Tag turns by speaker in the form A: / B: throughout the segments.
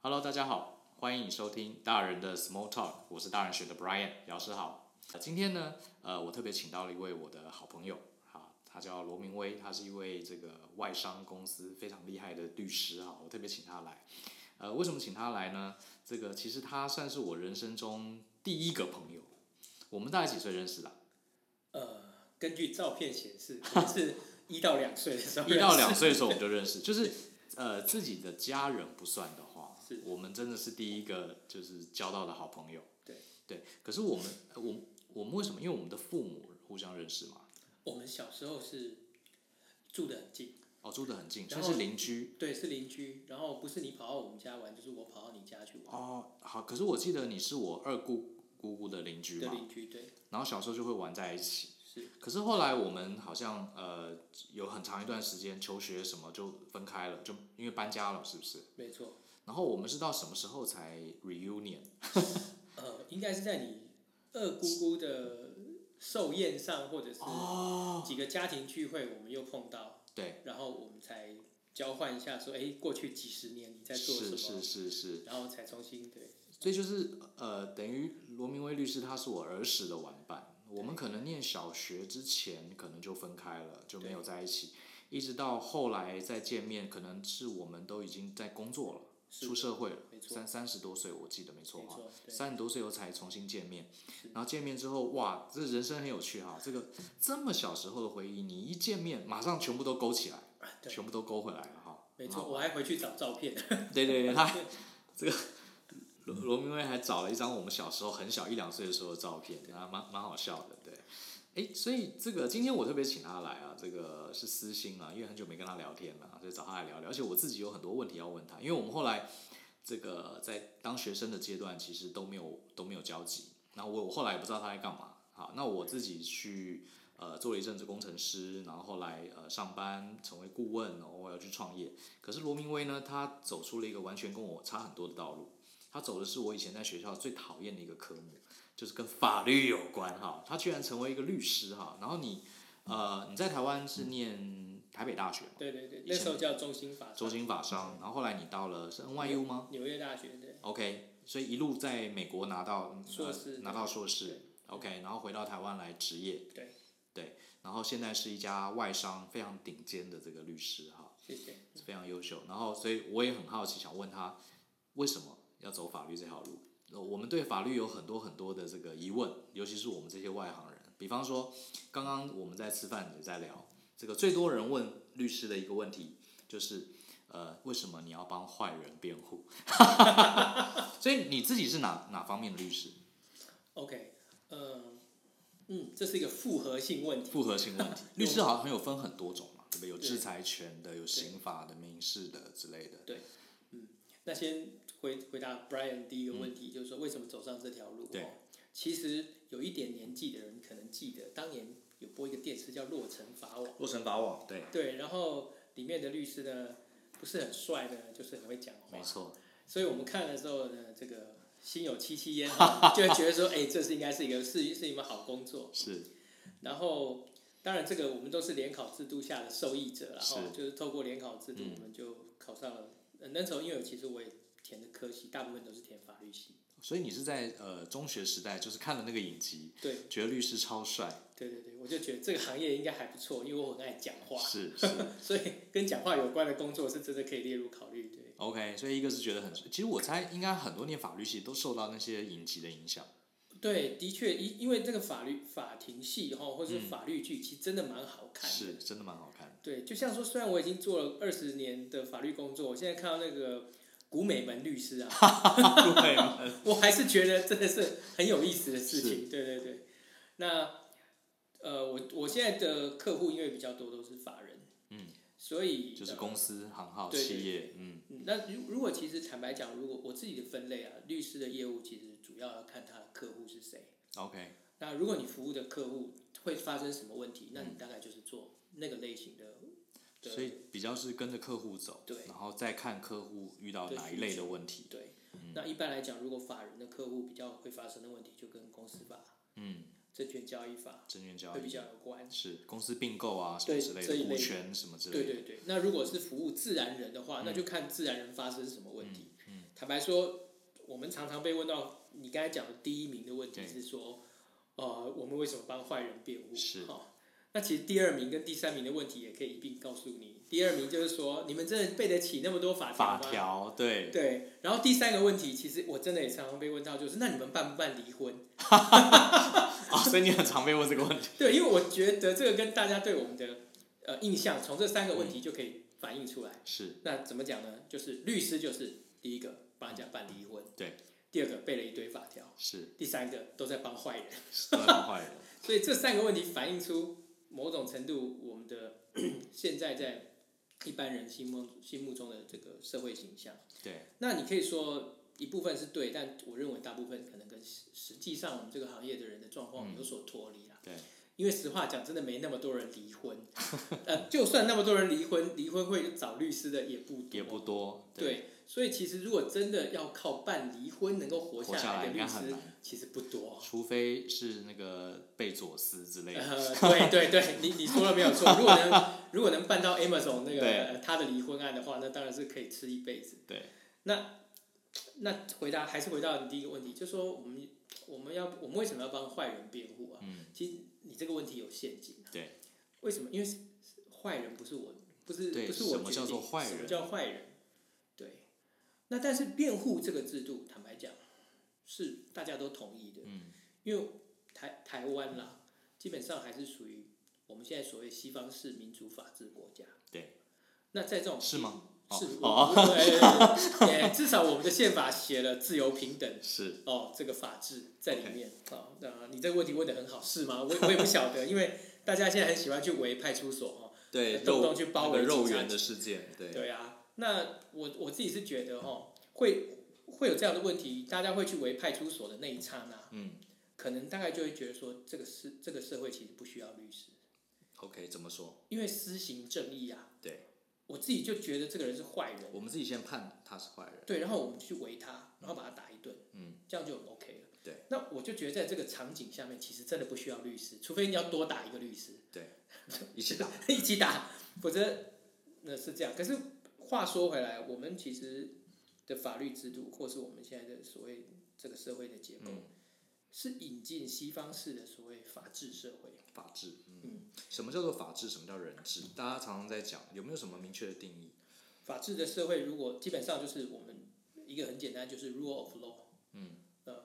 A: Hello，大家好，欢迎你收听大人的 Small Talk，我是大人学的 Brian，老师好。呃今天呢，呃，我特别请到了一位我的好朋友，啊，他叫罗明威，他是一位这个外商公司非常厉害的律师哈，我特别请他来。呃，为什么请他来呢？这个其实他算是我人生中第一个朋友。我们大概几岁认识的啊？
B: 呃，根据照片显示，我 们是一到两岁的时候，
A: 一到两，岁的时候我们就认识，就是呃自己的家人不算的话
B: 是，
A: 我们真的是第一个就是交到的好朋友。
B: 对
A: 对，可是我们我我们为什么？因为我们的父母互相认识嘛，
B: 我们小时候是住得很近，
A: 哦，住得很近，算
B: 然后
A: 是邻居。
B: 对，是邻居。然后不是你跑到我们家玩，就是我跑到你家去玩
A: 哦，好，可是我记得你是我二姑姑姑的邻居
B: 的
A: 嘛，
B: 邻居，对，
A: 然后小时候就会玩在一起。
B: 是
A: 可是后来我们好像呃有很长一段时间求学什么就分开了，就因为搬家了，是不是？
B: 没错。
A: 然后我们是到什么时候才 reunion？
B: 呃，应该是在你二姑姑的寿宴上，或者是
A: 哦，
B: 几个家庭聚会，我们又碰到，
A: 对，
B: 然后我们才交换一下，说，哎，过去几十年你在做什么？
A: 是是是是，
B: 然后才重新对，
A: 所以就是呃，等于罗明威律师他是我儿时的玩伴，我们可能念小学之前可能就分开了，就没有在一起，一直到后来再见面，可能是我们都已经在工作了，
B: 是
A: 出社会了，
B: 没错
A: 三三十多岁我记得没错啊
B: 没
A: 哈。
B: 错，对，
A: 三十多岁后才重新见面，然后见面之后，哇，这人生很有趣哈、这个这么小时候的回忆，你一见面马上全部都勾起来，
B: 啊对，
A: 全部都勾回来了哈。
B: 没
A: 很好
B: 错，我还回去找照 片。
A: 对对对，他这个罗罗明威还找了一张我们小时候很小一两岁的时候的照片，啊，蛮蛮好笑的，对。哎，所以这个今天我特别请他来啊，这个是私心啊，因为很久没跟他聊天了，啊所以找他来聊聊。而且我自己有很多问题要问他，因为我们后来这个在当学生的阶段，其实都没有都没有交集。然后我我后来也不知道他在干嘛。好，那我自己去呃做了一阵子工程师，然后后来呃上班成为顾问，然后我要去创业。可是罗明威呢，他走出了一个完全跟我差很多的道路。他走的是我以前在学校最讨厌的一个科目，就是跟法律有关哈。他居然成为一个律师哈。然后你呃你在台湾是念台北大学嘛，
B: 对对对，
A: 以
B: 那
A: 前
B: 时候叫中心法
A: 中
B: 商，
A: 兴法商，然后后来你到了是 NYU 吗
B: 纽约大学对，
A: ？OK，所以一路在美国拿到嗯
B: 硕士
A: 呃、拿到硕士
B: 对
A: ，OK，然后回到台湾来执业，
B: 对
A: 对，然后现在是一家外商非常顶尖的这个律师哈。
B: 谢谢。
A: 是非常优秀。然后，所以我也很好奇，想问他为什么要走法律这条路。呃我们对法律有很多很多的这个疑问，尤其是我们这些外行人。比方说，刚刚我们在吃饭也在聊，这个最多人问律师的一个问题就是，呃，为什么你要帮坏人辩护？ 所以你自己是哪哪方面的律师？
B: OK，嗯嗯，这是一个复合性问题。
A: 复合性问题，律师好像很有分很多种嘛，对不对？有
B: 对
A: 制裁权的，有刑法的、民事的之类的。
B: 那先回回答 Brian 第一个问题，就是说为什么走上这条路？
A: 嗯对
B: 哦，其实有一点年纪的人可能记得，当年有播一个电视叫《洛城法网
A: 洛城法网，对，》，
B: 对，然后里面的律师呢不是很帅呢，就是很会讲话
A: 没，错。
B: 所以我们看了之后呢，这个心有戚戚 焉哈，就会觉得说，哎，这是应该是一个是是一门好工作。
A: 是
B: 然后，当然这个我们都是联考制度下的受益者啦，然
A: 是
B: 后就是透过联考制度
A: 嗯，
B: 我们就考上了。呃那时候因为其实我也填的科系，大部分都是填法律系。
A: 所以你是在呃中学时代就是看了那个影集，
B: 对
A: 觉得律师超帅，
B: 对对对，我就觉得这个行业应该还不错，因为我很爱讲话，
A: 是是
B: 所以跟讲话有关的工作是真的可以列入考虑。对，
A: ，OK，所以一个是觉得很，其实我猜应该很多念法律系都受到那些影集的影响，
B: 对，的确，因因为这个法律法庭系哈，或是法律剧，其实真的蛮好看的。
A: 是真的蛮好 看的，
B: 对，就像说，虽然我已经做了二十年的法律工作，我现在看到那个古美门律师 啊，
A: 对，
B: 我还是觉得真的是很有意思的事情。对对对，那呃，我我现在的客户因为比较多都是法人，
A: 嗯，
B: 所以
A: 就是
B: 呃
A: 公司、行号、
B: 对对
A: 企业，嗯，
B: 嗯那如如果其实坦白讲，如果我自己的分类啊，律师的业务其实主要要看他的客户是谁。
A: ，OK，
B: 那如果你服务的客户会发生什么问题，那你大概就是做那个类型的。的
A: 嗯所以比较是跟着客户走，
B: 对
A: 然后再看客户遇到哪一类的问题，
B: 对，
A: 嗯
B: 那一般来讲，如果法人的客户比较会发生的问题，就跟公司法、
A: 嗯，
B: 证券交易法
A: 证券交
B: 会比
A: 易
B: 较有关。
A: 是公司并购啊什么
B: 对
A: 之类
B: 这一
A: 的，股
B: 类
A: 权什么之类
B: 对
A: 的，嗯
B: 对对，那如果是服务自然人的话，那就看自然人发生什么问题。坦白说，我们常常被问到你刚才讲的第一名的问题
A: 对
B: 是说，呃，我们为什么帮坏人辩护？
A: 是
B: 哦那其实第二名跟第三名的问题也可以一并告诉你。第二名就是说，你们真的背得起那么多法条
A: 法
B: 吗？
A: 条对，
B: 对，然后第三个问题，其实我真的也常常被问到，就是那你们办不办离婚？
A: 啊，所以你很常被问这个问题，
B: 对，因为我觉得这个跟大家对我们的呃印象，从这三个问题就可以反映出来。
A: 是
B: 那怎么讲呢？就是律师就是第一个帮人家办离婚，
A: 对；
B: 第二个背了一堆法条，
A: 是，
B: 第三个都在帮坏人。
A: 是都在帮坏人，
B: 所以这三个问题反映出某种程度我们的现在在一般人心目心目中的这个社会形象。
A: 对，
B: 那你可以说一部分是对，但我认为大部分可能跟实实际上我们这个行业的人的状况
A: 嗯
B: 有所脱离啦。
A: 对，
B: 因为实话讲，真的没那么多人离婚，呃，就算那么多人离婚，离婚会找律师的也不多，
A: 也不多，
B: 对，所以其实如果真的要靠办离婚能够活
A: 活下
B: 来
A: 来
B: 的
A: 应该
B: 律
A: 很
B: 师
A: 难，
B: 其实不多。
A: 除非是那个贝佐斯之类的，
B: 呃，对对对，你你说的没有错。如果能如果能办到 Amazon 那个
A: 对
B: 呃他的离婚案的话，那当然是可以吃一辈子。
A: 对，
B: 那回答还是回到你第一个问题，就说我们我们要我们为什么要帮坏人辩护啊？
A: 嗯，
B: 其实你这个问题有陷阱、啊。
A: 对。
B: 为什么？因为是坏人不是我，不是
A: 对
B: 不是我
A: 什么
B: 决
A: 叫
B: 定
A: 做坏
B: 什么
A: 人
B: 叫坏人？对。那但是辩护这个制度，坦白讲，是大家都同意的。
A: 嗯，
B: 因为台台湾啦，基本上还是属于我们现在所谓西方式民主法治国家。
A: 对。
B: 那在这种
A: 是吗？
B: 是
A: 哦，
B: 我
A: 哦，
B: 对对对对至少我们 的宪法写了自由平等
A: 是，
B: 哦，这个法治在里面哦。那你这个问题问的很好，是吗？我我也不晓得，因为大家现在很喜欢去围派出所哦。
A: 对，
B: 动不动
A: 肉
B: 去包
A: 那个
B: 围
A: 肉
B: 警察
A: 圆的事件，对，
B: 对啊，那我我自己是觉得哦，会会有这样的问题，大家会去围派出所的那一刹那，
A: 嗯
B: 可能大概就会觉得说，这个社这个社会其实不需要律师，
A: ，OK，怎么说？
B: 因为施行正义啊。
A: 对，
B: 我自己就觉得这个人是坏人，
A: 我们自己先判他是坏人，
B: 对，然后我们去围他，然后把他打一顿，
A: 嗯，
B: 这样就很 OK 了。
A: 对，
B: 那我就觉得在这个场景下面，其实真的不需要律师，除非你要多打一个律师，
A: 一起打，
B: 一起打，否则那是这样。可是话说回来，我们其实的法律制度，或是我们现在的所谓这个社会的结构，
A: 嗯
B: 是引进西方式的所谓法治社会。
A: 法治，嗯
B: 嗯，
A: 什么叫做法治？什么叫人治？大家常常在讲，有没有什么明确的定义？
B: 法治的社会，如果基本上就是我们一个很简单，就是 rule of law。
A: 嗯。
B: 呃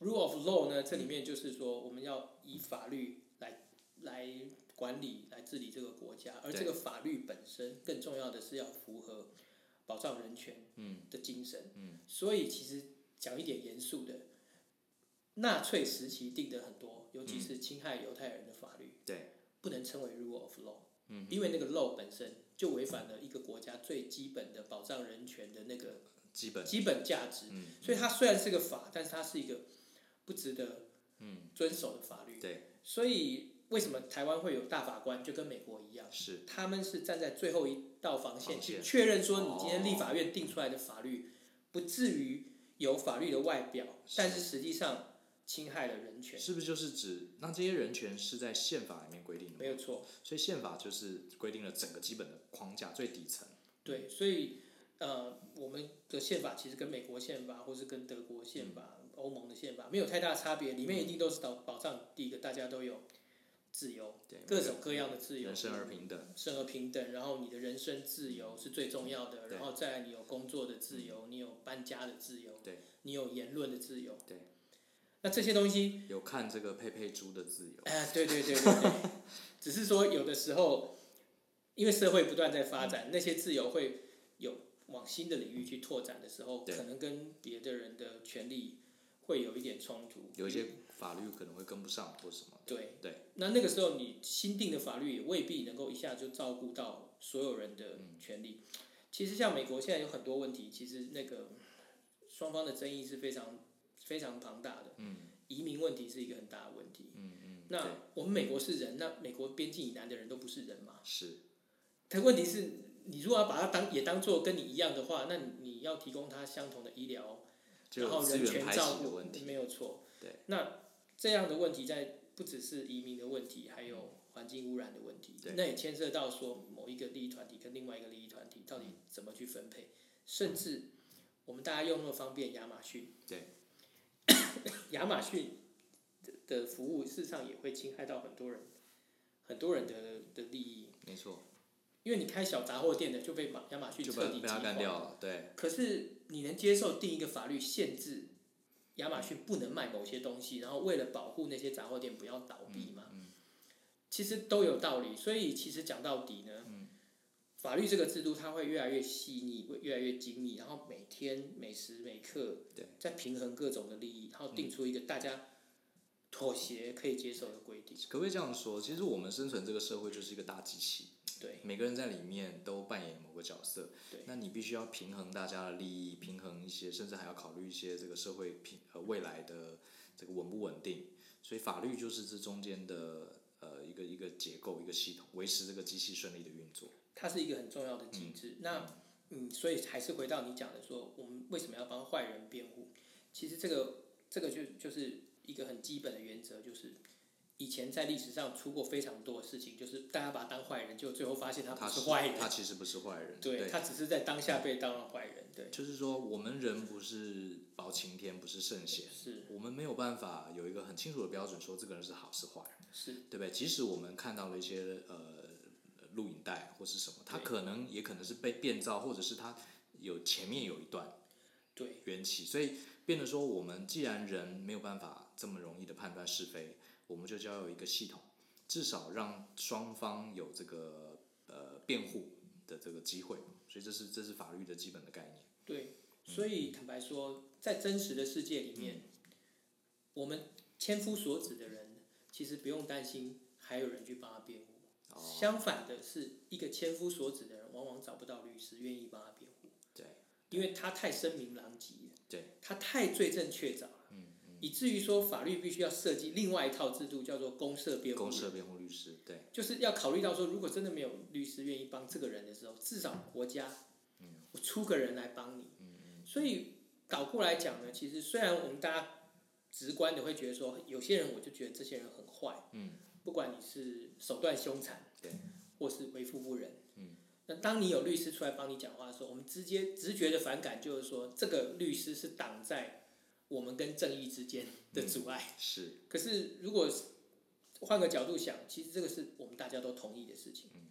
B: ，rule of law 呢，这里面就是说我们要以法律来来管理、来治理这个国家，而
A: 对
B: 这个法律本身更重要的是要符合保障人权
A: 嗯
B: 的精神。
A: 嗯。
B: 所以其实讲一点严肃的，纳粹时期定的很多，尤其是
A: 嗯
B: 侵害犹太人的法律，
A: 对，
B: 不能称为 rule of law。
A: 嗯哼，
B: 因为那个 law 本身就违反了一个国家最基本的保障人权的那个
A: 基本，
B: 基本价值，
A: 呃嗯，
B: 所以它虽然是个法，但是它是一个不值得
A: 嗯，
B: 遵守的法律。
A: 对，
B: 所以为什么台湾会有大法官，就跟美国一样，
A: 是，
B: 他们是站在最后一道防线
A: 防线哦
B: 去确认说你今天立法院定出来的法律不至于有法律的外表，但是实际上侵害了人权，
A: 是不是就是指那这些人权是在宪法里面规定的吗？
B: 没有错。
A: 所以宪法就是规定了整个基本的框架，最底层。
B: 对，所以呃，我们的宪法其实跟美国宪法或是跟德国宪
A: 嗯
B: 法、欧盟的宪法没有太大差别，里面一定都是保保障第一个大家都有自由，
A: 对，
B: 各种各样的自由，
A: 人生而平嗯等。
B: 生而平等，然后你的人身自由是最重要的，然后再来你有工作的
A: 嗯
B: 自由，你有搬家的自由，
A: 对，
B: 你有言论的自由，
A: 对，
B: 那这些东西
A: 有看这个佩佩猪的自由，
B: 哎，对对对对对，只是说有的时候，因为社会不断在发展，那些自由会有往新的领域去拓展的时候，
A: 对
B: 可能跟别的人的权利会有一点冲突。
A: 有一些法律可能会跟不上或什么。
B: 对
A: 对，
B: 那那个时候你新定的法律也未必能够一下就照顾到所有人的
A: 嗯
B: 权利。其实像美国现在有很多问题，其实那个双方的争议是非常非常庞大的。
A: 嗯
B: 移民问题是一个很大的问题。
A: 嗯嗯，对
B: 那我们美国是人，那美国边境以南的人都不是人嘛？
A: 是
B: 但问题是，你如果要把它当也当做跟你一样的话，那你你要提供他相同的医疗，
A: 就
B: 然
A: 有
B: 后
A: 资
B: 人
A: 源
B: 权
A: 排
B: 照
A: 挤的
B: 顾
A: 问，题。
B: 没有错。
A: 对，
B: 那这样的问题在不只是移民的问题，还有环境污染的问题
A: 对，
B: 那也牵涉到说某一个利益团体跟另外一个利益团体到底怎么去分配，甚至我们大家用那么方便，亚马逊，
A: 对，
B: 亚马逊的的服务事实上也会侵害到很多人，很多人的的利益，
A: 没错，
B: 因为你开小杂货店的就被马亚马逊
A: 就
B: 彻
A: 被被
B: 底击
A: 他
B: 垮
A: 干掉了，对，
B: 可是你能接受定一个法律限制亚马逊不能卖某些东西，然后为了保护那些杂货店不要倒闭吗？
A: 嗯
B: 其实都有道理。所以其实讲到底呢，
A: 嗯
B: 法律这个制度它会越来越细腻，会越来越精密，然后每天每时每刻
A: 对嗯
B: 在平衡各种的利益，然后定出一个大家妥协可以接受的规定。
A: 可不可以这样说？其实我们生存这个社会就是一个大机器，
B: 对
A: 每个人在里面都扮演某个角色
B: 对，
A: 那你必须要平衡大家的利益，平衡一些，甚至还要考虑一些这个社会平呃未来的这个稳不稳定，所以法律就是这中间的呃一个一个结构一个系统，维持这个机器顺利的运作。
B: 它是一个很重要的机制。那嗯，所以还是回到你讲的说，我们为什么要帮坏人辩护？其实这个这个就就是一个很基本的原则，就是以前在历史上出过非常多的事情，就是大家把他当坏人，就最后发现他
A: 他
B: 不是坏人，
A: 他其实不嗯是坏人，
B: 对他只是在当下被当了坏人，对，
A: 就是说，我们人不是包青天，不是圣贤，
B: 是
A: 我们没有办法有一个很清楚的标准，说这个人是好是坏，
B: 是
A: 对不对？即使我们看到了一些呃录影带或是什么，他
B: 对
A: 可能也可能是被变造，或者是他有前面有一段
B: 对
A: 缘起，所以变得说，我们既然人没有办法这么容易的判断是非，我们就要有一个系统，至少让双方有这个呃辩护的这个机会，所以这是这是法律的基本的概念。
B: 对。所以坦白说，在真实的世界里面，我们千夫所指的人，其实不用担心还有人去帮他辩护。
A: 哦，
B: 相反的是，一个千夫所指的人，往往找不到律师愿意帮他辩护，
A: 对。
B: 因为他太声名狼藉了，
A: 对，
B: 他太罪证确凿了，
A: 嗯
B: 以至于说法律必须要设计另外一套制度，叫做公社辩护
A: 公
B: 人，
A: 社辩护律师，对，
B: 就是要考虑到说，如果真的没有律师愿意帮这个人的时候，至少国家，
A: 嗯
B: 我出个人来帮你，所以倒过来讲呢，其实虽然我们大家直观的会觉得说，有些人我就觉得这些人很坏，
A: 嗯，
B: 不管你是手段凶残，
A: 对，
B: 或是为富不仁，
A: 嗯，
B: 那当你有律师出来帮你讲话的时候，我们直接直觉的反感就是说，这个律师是挡在我们跟正义之间的
A: 嗯
B: 阻碍。
A: 是，
B: 可是如果是换个角度想，其实这个是我们大家都同意的事情。
A: 嗯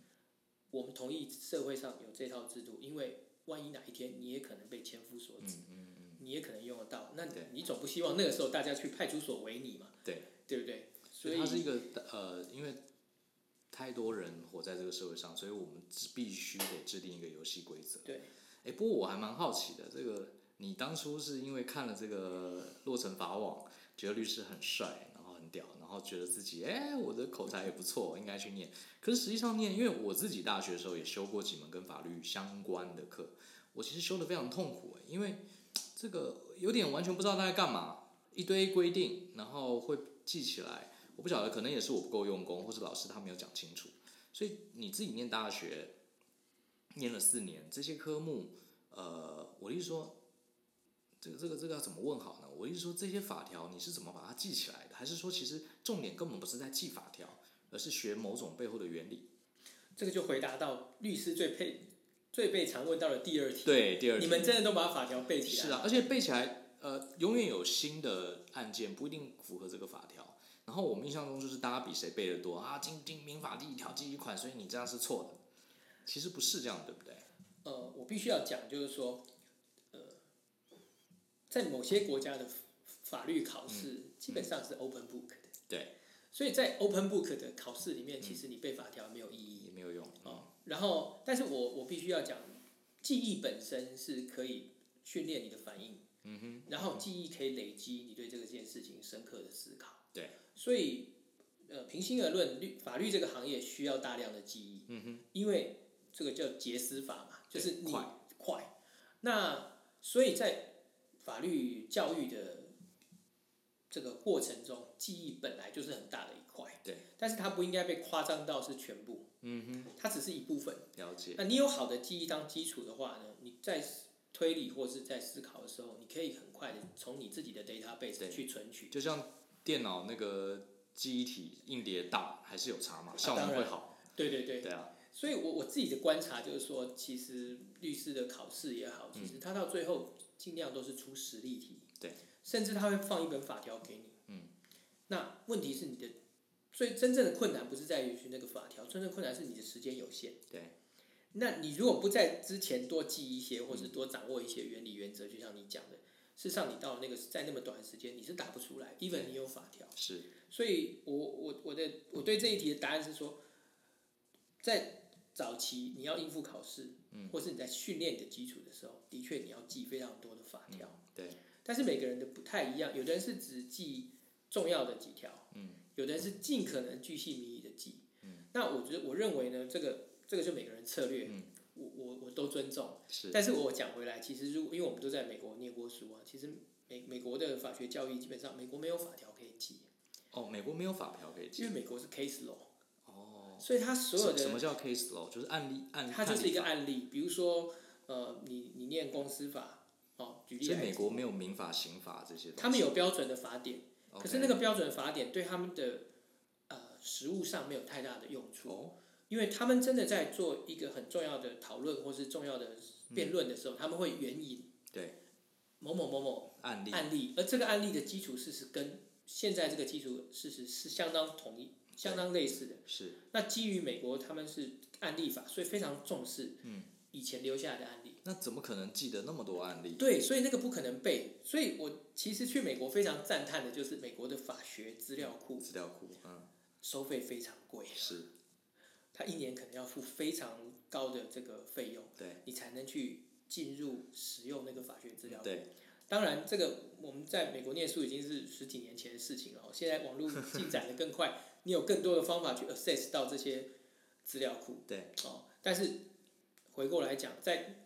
B: 我们同意社会上有这套制度，因为万一哪一天你也可能被千夫所
A: 嗯
B: 指，你也可能用得到。那
A: 对
B: 你总不希望那个时候大家去派出所围你嘛？
A: 对，
B: 对不对？所以
A: 它是一个呃，因为太多人活在这个社会上，所以我们自必须得制定一个游戏规则。
B: 对，
A: 哎，不过我还蛮好奇的，这个你当初是因为看了这个《洛城法网》，觉得律师很帅，然后很屌，然后觉得自己哎，我的口才也不错，应该去念。可是实际上念，因为我自己大学的时候也修过几门跟法律相关的课，我其实修的非常痛苦，欸因为这个有点完全不知道他在干嘛，一堆规定，然后会记起来。我不晓得，可能也是我不够用功，或是老师他没有讲清楚。所以你自己念大学，念了四年，这些科目，呃，我的意思说，这个这个这个要怎么问好呢？我的意思说，这些法条你是怎么把它记起来的？还是说，其实重点根本不是在记法条，而是学某种背后的原理？
B: 这个就回答到律师最配最被常问到的第二题。
A: 对，第二
B: 你们真的都把法条背起来？
A: 是啊，而且背起来，呃，永远有新的案件不一定符合这个法条。然后我们印象中就是大家比谁背的多啊，今今民法第一条第一款，所以你这样是错的。其实不是这样，对不对？
B: 呃，我必须要讲，就是说，呃，在某些国家的法法律考试
A: 嗯
B: 基本上是 open book 的，
A: 对，
B: 所以在 open book 的考试里面，其实你背法条没有意义
A: 也没有用。嗯
B: 啊、哦然后，但是我我必须要讲，记忆本身是可以训练你的反应，
A: 嗯哼，
B: 然后记忆可以累积你对这个件事情深刻的思考。
A: 对，
B: 所以呃，平心而论，律法律这个行业需要大量的记忆。嗯哼，因为这个叫杰思法嘛，就是
A: 对
B: 你
A: 快
B: 快。那所以在法律教育的这个过程中，记忆本来就是很大的一块。
A: 对，
B: 但是它不应该被夸张到是全部，
A: 嗯
B: 它只是一部分。
A: 哼，了解。
B: 那你有好的记忆当基础的话呢，你在推理或是在思考的时候，你可以很快的从你自己的 database
A: 对
B: 去存取。
A: 就像电脑那个记忆体硬碟大还是有差嘛，效
B: 啊当
A: 能
B: 然
A: 会好。
B: 对对对，
A: 对啊，
B: 所以我我自己的观察就是说，其实律师的考试也好，其实他到最后尽量都是出实例题，
A: 对，
B: 甚至他会放一本法条给你，嗯，那问题是你的最真正的困难不是在于去那个法条，真正困难是你的时间有限，
A: 对，
B: 那你如果不在之前多记一些，或是多掌握一些原理原则，就像你讲的，事实上你到那个在那么短的时间你是答不出来，even 你有法条。
A: 是，
B: 所以我我我的我对这一题的答案是说，在早期你要应付考试，嗯，或是你在训练你的基础的时候，的确你要记非常多的法条，
A: 对，
B: 但是每个人的不太一样，有的人是只记重要的几条，嗯，有的人是尽可能巨细靡遗的记，嗯，那我觉得我认为呢，这个这个就每个人策略，嗯，我我我都尊重。
A: 是，
B: 但是我讲回来，其实如果因为我们都在美国念过书啊，其实美美国的法学教育基本上美国没有法条可以记，
A: 哦，美国没有法条可以
B: 因
A: 记
B: 为，美国是 case law，
A: 哦，
B: 所以它所有
A: 什什
B: 的
A: 么叫 case law？就是案例案，
B: 它就
A: 判
B: 是一
A: 例
B: 个
A: 法，
B: 案例，比如说呃，你你念公司法，哦，举例
A: 所以
B: 来
A: 美
B: 讲，
A: 国没有民法、刑法这些东西，哦
B: 他们有标准的法典，
A: OK，
B: 可是那个标准的法典对他们的呃实务上没有太大的用处，
A: 哦，
B: 因为他们真的在做一个很重要的讨论或是重要的辩论的时候，他们会援引
A: 对，
B: 某某某某
A: 案例，
B: 案例，而这个案例的基础事实跟现在这个基础事实是相当统一、相当类似的。
A: 是，
B: 那基于美国他们是案例法，所以非常重视
A: 嗯
B: 以前留下来的案例。
A: 那怎么可能记得那么多案例？
B: 对，所以那个不可能背。所以我其实去美国非常赞叹的就是美国的法学资料库
A: 资料库，嗯，
B: 收费非常贵，
A: 是，
B: 他一年可能要付非常高的这个费用，
A: 对，
B: 你才能去进入使用那个法学资料库。
A: 对，
B: 当然，这个我们在美国念书已经是十几年前的事情了哦。现在网络进展的更快， 你有更多的方法去 access 到这些资料库。
A: 对。
B: 哦，但是回过来讲，在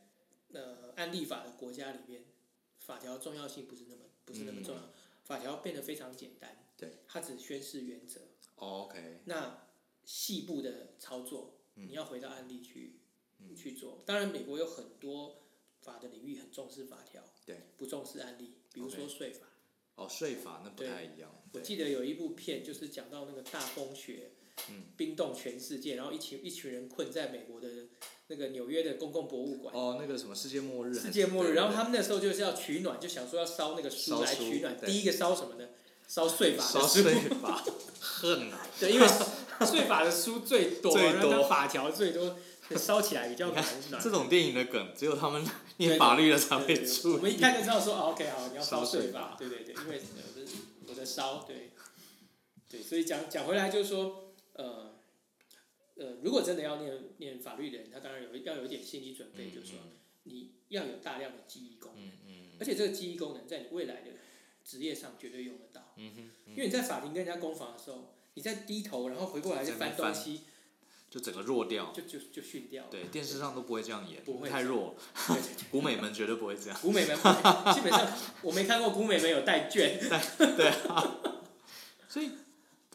B: 呃案例法的国家里面，法条重要性不是那么不是那么重要，法条变得非常简单。
A: 嗯对。
B: 它只宣示原则，
A: 哦，OK，
B: 那细部的操作，
A: 嗯
B: 你要回到案例去、去做。当然，美国有很多法的领域很重视法条，
A: 对，
B: 不重视案例，比如说
A: OK
B: 税法。
A: 哦，税法那不
B: 对
A: 太一样，
B: 我
A: 对，
B: 记得有一部片就是讲到那个大风雪，
A: 嗯
B: 冰冻全世界，然后一群一群人困在美国的那个纽约的公共博物馆。
A: 哦，那个什么世界末日还是，
B: 世界末日，
A: 对
B: 然后
A: 对
B: 他们那时候就是要取暖，就想说要烧那个
A: 烧
B: 书来
A: 书
B: 取暖。
A: 对
B: 第一个烧什么呢？烧税法
A: 烧
B: 的书。
A: 税 法，恨啊，
B: 对，因为税法的书最多，
A: 最
B: 然后它
A: 多
B: 法条最多，烧起来比较难暖。
A: 这种电影的梗，只有他们
B: 对
A: 念法律的才
B: 对
A: 会
B: 对
A: 出
B: 我们一看就知道说、哦、，OK，好，你要烧
A: 烧
B: 税
A: 税
B: 法，对对对，因为呃我的我的烧，对对，所以讲讲回来就是说，呃呃，如果真的要念念法律的人，他当然有要有一点心理准备，就是说
A: 嗯
B: 你要有大量的记忆功能，而且这个记忆功能在你未来的职业上绝对用得到，
A: 嗯
B: 因为你在法庭跟人家攻防的时候，你在低头，然后回过来就
A: 在那
B: 翻
A: 边
B: 东
A: 翻
B: 西，
A: 就整个弱掉。
B: 就就就训掉了，
A: 对，电视上都不会这样演
B: 不会，
A: 太弱，
B: 对对对。
A: 古美们绝对不会这样。
B: 古美门不会基本上我没看过古美门有带卷，
A: 所以，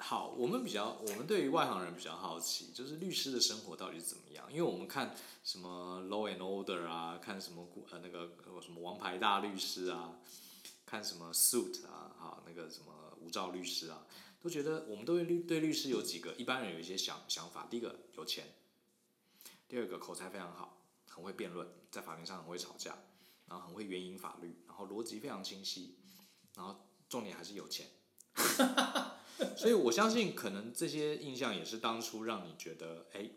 A: 好，我们比较，我们对于外行人比较好奇，就是律师的生活到底是怎么样？因为我们看什么《Law and Order》啊，看什么古呃那个呃什么《王牌大律师》啊，看什么《Suit》啊，好那个什么《无照律师》啊，都觉得我们对律对律师有几个一般人有一些想想法。第一个有钱，第二个口才非常好，很会辩论，在法庭上很会吵架，然后很会援引法律，然后逻辑非常清晰，然后重点还是有钱。所以我相信，可能这些印象也是当初让你觉得，哎、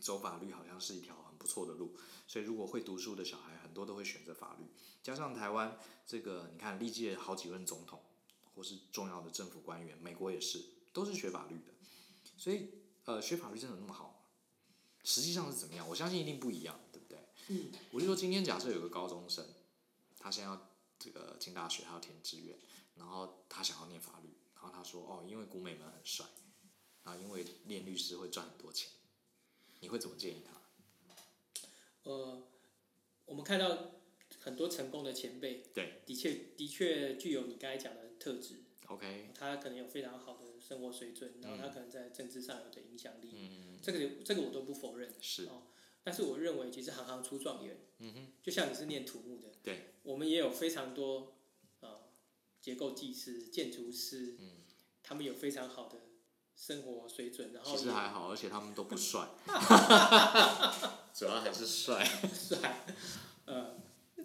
A: 走法律好像是一条很不错的路。所以如果会读书的小孩，很多都会选择法律。加上台湾这个，你看历届好几任总统或是重要的政府官员，美国也是，都是学法律的。所以，呃，学法律真的那么好吗？实际上是怎么样？我相信一定不一样，对不对？
B: 嗯，
A: 我就说，今天假设有个高中生，他现在要这个进大学，他要填志愿，然后他想要念法律，然后他说，哦，因为古美门很帅，然后因为练律师会赚很多钱，你会怎么建议他？
B: 呃，我们看到很多成功的前辈，
A: 对
B: 的确的确具有你刚才讲的特质，
A: ，OK，
B: 他可能有非常好的生活水准，然后
A: 嗯
B: 他可能在政治上有的影响力，这个这个我都不否认。
A: 是
B: 哦，但是我认为其实行行出状元，嗯哼，就像你是念土木的，
A: 对，
B: 我们也有非常多呃结构技师、建筑师，嗯，他们有非常好的生活水准，然后
A: 其
B: 也
A: 实还好，而且他们都不 帅，主要还是帅，
B: 帅，呃，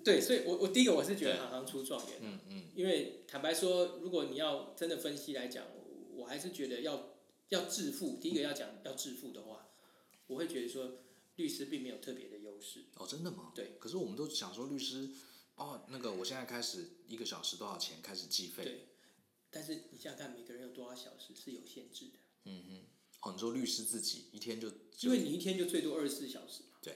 B: 对，所以我我第一个我是觉得
A: 对
B: 行行出状元，
A: 嗯嗯，
B: 因为坦白说，如果你要真的分析来讲，我我还是觉得要要致富，第一个要讲要致富的话，我会觉得说律师并没有特别的优势。
A: 哦，真的吗？
B: 对。
A: 可是我们都想说律师，哦，那个我现在开始一个小时多少钱开始计费？
B: 对，但是你想想看，每个人有多少小时是有限制的，
A: 嗯哼。哦，你说律师自己一天就
B: 因
A: 就
B: 为你一天就最多二十四小时嘛，
A: 对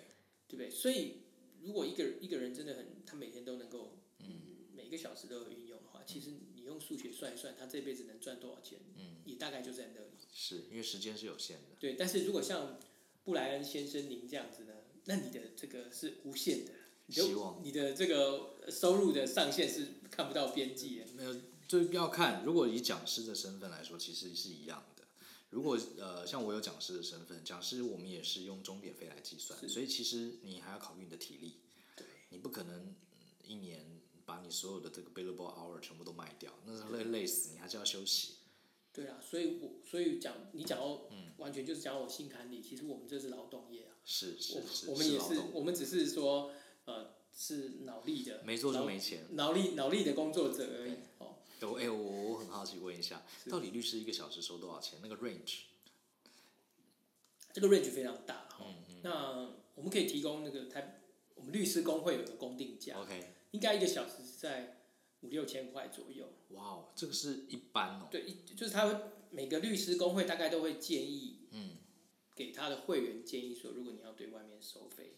B: 对不对？所以如果一个人一个人真的很，他每天都能够，嗯，每个小时都有运用的话，其实你用数学算一算，他这辈子能赚多少钱，嗯，也大概就在那里。
A: 是因为时间是有限的，
B: 对，但是如果像布莱恩先生您这样子呢，那你的这个是无限的，你
A: 希
B: 就
A: 望
B: 你的这个收入的上限是看不到边际的。
A: 没有这要看。如果以讲师的身份来说，其实是一样的。如果呃，像我有讲师的身份，讲师我们也是用钟点费来计算，
B: 是
A: 所以其实你还要考虑你的体力，
B: 对，
A: 你不可能嗯一年把你所有的这个 billable hour 全部都卖掉，那是累累死，你还是要休息。
B: 对啊，所以我所以讲你讲到，
A: 嗯
B: 完全就是讲到我心坎里。其实我们这是劳动业啊，
A: 是是是，
B: 我我们也
A: 劳
B: 是
A: 动，
B: 我们只是说，呃，是脑力的，
A: 没做就
B: 劳
A: 没钱。
B: 脑力脑力的工作者而已
A: 对。
B: 哦，
A: 哎我哎、我我很好奇问一下，
B: 是
A: 到底律师一个小时收多少钱？那个 range
B: 这个 range 非常大
A: 嗯
B: 哈、哦那我们可以提供那个台，我们律师工会有个公定价，
A: OK，
B: 应该一个小时是在五六千块左右。
A: 哇哦，这个是一般哦。
B: 对，一就是他会每个律师工会大概都会建议，
A: 嗯，
B: 给他的会员建议说，如果你要对外面收费，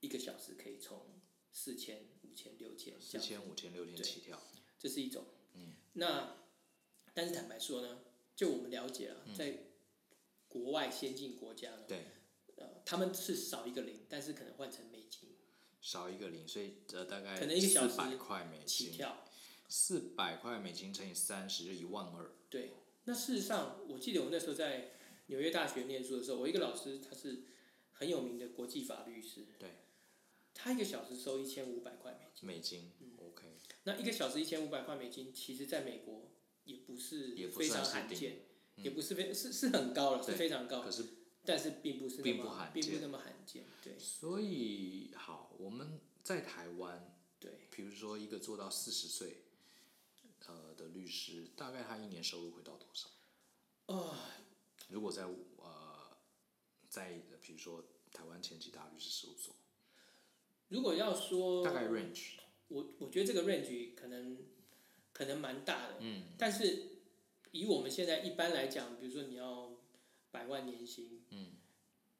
B: 一个小时可以从四千、五千、六千，
A: 四千、五千、六千
B: 对
A: 起跳，
B: 这是一种。
A: 嗯，
B: 那但是坦白说呢，就我们了解啊，在国外先进国家呢，
A: 嗯对，
B: 呃，他们是少一个零，但是可能换成美金
A: 少一个零，所以呃大概
B: 可能一个小时
A: 四百块美
B: 起
A: 金，
B: 跳。
A: 四百块美金乘以三十就一万二。
B: 对，那事实上，我记得我那时候在纽约大学念书的时候，我一个老师他是很有名的国际法律师，
A: 对，
B: 他一个小时收一千五百块美金，
A: 美金、o
B: 嗯
A: k
B: 那一个小时一千五百块美金，其实在美国也不是
A: 也不
B: 非
A: 算
B: 常
A: 是
B: 罕
A: 顶嗯
B: 见，也不是非是是很高了，是
A: 对
B: 非常高
A: 可，是
B: 但是并不是那
A: 并
B: 么
A: 不罕
B: 并不
A: 见
B: 那么罕见，对
A: 所以好，我们在台湾，
B: 对，
A: 比如说一个做到四十岁，呃的律师，大概他一年收入会到多少？
B: 哦，
A: 如果在呃，在比如说台湾前几大律师事务所，
B: 如果要说
A: 大概 range
B: 我我觉得这个 range 可能可能蛮大的，
A: 嗯，
B: 但是以我们现在一般来讲，比如说你要百万年薪，嗯，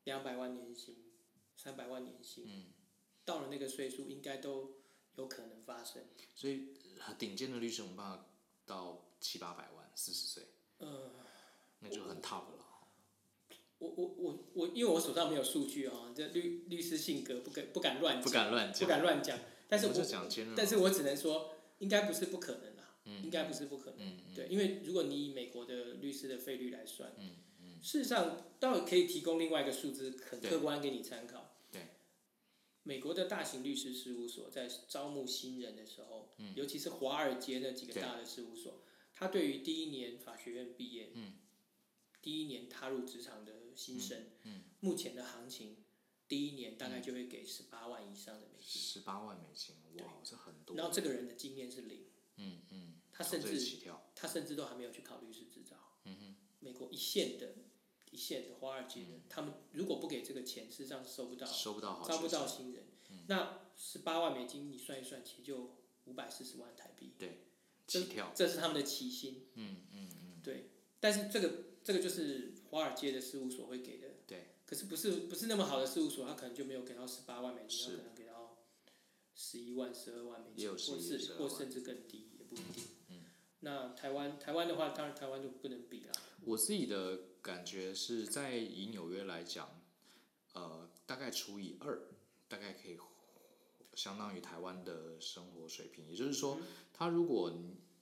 B: 两百万年薪，三百万年薪，嗯，到了那个岁数，应该都有可能发生。
A: 所以呃顶尖的律师，我们办法到七八百万，四十岁，
B: 呃，
A: 那就很 top 了。
B: 我我我我，因为我手上没有数据啊、这律律师性格不敢不敢乱讲，
A: 不敢乱
B: 不
A: 讲，
B: 敢乱讲，但是
A: 我
B: 我
A: 们就讲兼
B: 但
A: 任。
B: 是我只能说，应该不是不可能啦，
A: 嗯
B: 应该不是不可能。对，因为如果你以美国的律师的费率来算，
A: 嗯
B: 事实上倒也可以提供另外一个数字，很
A: 对
B: 客观给你参考。
A: 对
B: 美国的大型律师事务所在招募新人的时候，尤其是华尔街那几个
A: 嗯对嗯
B: 大的事务所，他对于第一年法学院毕业，第一年踏入职场的新生，
A: 嗯
B: 目前的行情，第一年大概就会给十八万以上的美金。
A: 十八万美金，哇，这很嗯多。
B: 然后这个人的经验是零，
A: 嗯嗯，
B: 他甚
A: 从这里
B: 至
A: 起跳，
B: 他甚至都还没有去考律师执照。
A: 嗯
B: 美国一线的一线的华尔街
A: 嗯
B: 人，他们如果不给这个钱，事实上收不到
A: 收不到好
B: 招啊不
A: 学
B: 到
A: 生。
B: 新人。那十八万美金，你算一算，其实就五百四十万台币，
A: 起跳，
B: 这是他们的起薪。
A: 嗯嗯嗯，
B: 对，但是这个这个就是华尔街的事务所会给的。
A: 对，
B: 可是不是不是那么好的事务所，他可能就没有给到十八万美金，
A: 是
B: 他可能给到十一万、十二万美
A: 也
B: 金，
A: 有
B: 或
A: 11
B: 是
A: 12
B: 或
A: 万嗯
B: 甚至更低，也不一定。那台湾台湾的话，当然台湾就不能比了。
A: 我自己的感觉是在以纽约来讲，呃，大概除以二，大概可以相当于台湾的生活水平。也就是说，
B: 嗯
A: 他如果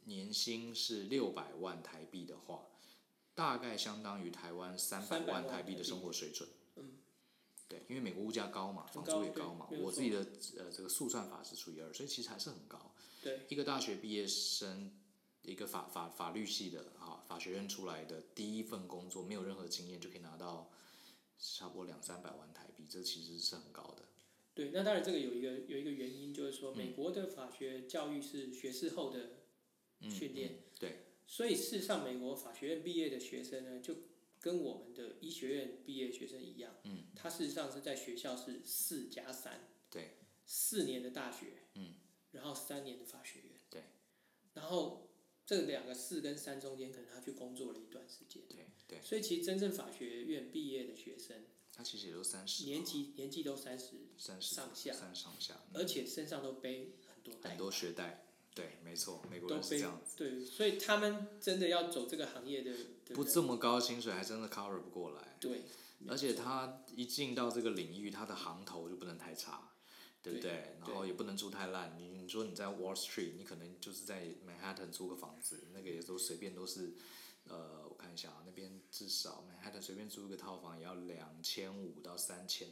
A: 年薪是六百万台币的话，大概相当于台湾三百
B: 300万
A: 万台币的
B: 台币嗯
A: 生活水准。对，因为美国物价高嘛，
B: 很
A: 房
B: 高
A: 租也
B: 对
A: 高嘛，
B: 没有
A: 我自己的呃这个速算法是除以二，所以其实还是很高。
B: 对，
A: 一个大学毕业生，一个法法法律系的啊，法学院出来的第一份工作，没有任何经验就可以拿到差不多两三百万台币，这其实是很高的。
B: 对，那当然这个有一个有一个原因，就是说美国的法学教育是学士后的
A: 嗯
B: 训练
A: 嗯对，
B: 所以事实上，美国法学院毕业的学生呢，就跟我们的医学院毕业学生一样，
A: 嗯，
B: 他事实上是在学校是四加三，
A: 对，
B: 四年的大学，
A: 嗯，
B: 然后三年的法学院，
A: 对，
B: 然后这两个四跟三中间，可能他去工作了一段时间，
A: 对对，
B: 所以其实真正法学院毕业的学生，
A: 他其实也都三十，
B: 年纪年纪都三十，
A: 三十
B: 上下
A: 三上下，嗯
B: 而且身上都背很多贷
A: 很多学贷，对，没错，美国
B: 都
A: 人是
B: 背
A: 这样，
B: 对，所以他们真的要走这个行业的，的
A: 不
B: 人
A: 这么高的薪水还真的 cover 不过来，
B: 对，
A: 而且他一进到这个领域，他的行头就不能太差，对不
B: 对
A: 对？然后也不能住太烂。你你说你在 Wall Street，你可能就是在 Manhattan 租个房子，那个也都随便都是，呃，我看一下啊，那边至少 Manhattan 随便租个套房也要两千五到三千，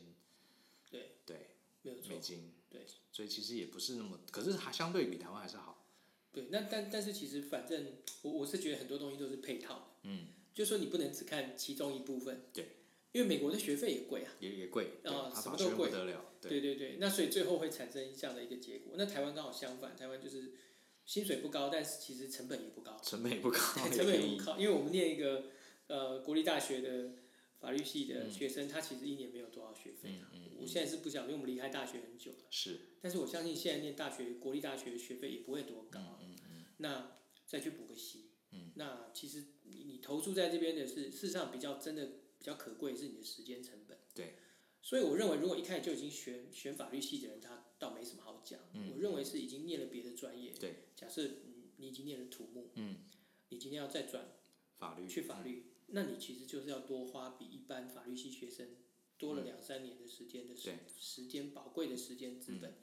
B: 对，
A: 对，
B: 没有错
A: 美。金。
B: 对，
A: 所以其实也不是那么，可是还相对比台湾还是好。
B: 对，那但但是其实反正我我是觉得很多东西都是配套的，
A: 嗯，
B: 就说你不能只看其中一部分，
A: 对，
B: 因为美国的学费也贵啊，
A: 也也贵，对，
B: 啊
A: 他
B: 什
A: 法
B: 么
A: 学
B: 都
A: 院不
B: 贵
A: 得了，对，
B: 对对对，那所以最后会产生这样的一个结果。那台湾刚好相反，台湾就是薪水不高，但是其实成本也不高，，
A: 成本也不高
B: 成
A: 也
B: 本
A: 便
B: 也
A: 宜
B: 不。高，因为我们念一个呃国立大学的法律系的学生，他其实一年没有多少学费啊。
A: 嗯嗯嗯
B: 我现在是不想，因为我们离开大学很久了，
A: 是，
B: 但是我相信现在念大学国立大学的学费也不会多高啊、
A: 嗯嗯，
B: 那再去补个习。
A: 嗯，
B: 那其实你你投注在这边的是，事实上比较真的比较可贵是你的时间成本。
A: 对。
B: 所以我认为，如果一开始就已经选选法律系的人，他倒没什么好讲。
A: 嗯
B: 我认为是已经念了别的专业。
A: 对。
B: 假设你你已经念了土木，
A: 嗯，
B: 你今天要再转
A: 法律
B: 去法律，那你其实就是要多花比一般法律系学生多了两三年的时间的
A: 嗯
B: 时、
A: 对嗯
B: 时间宝贵的时间资本，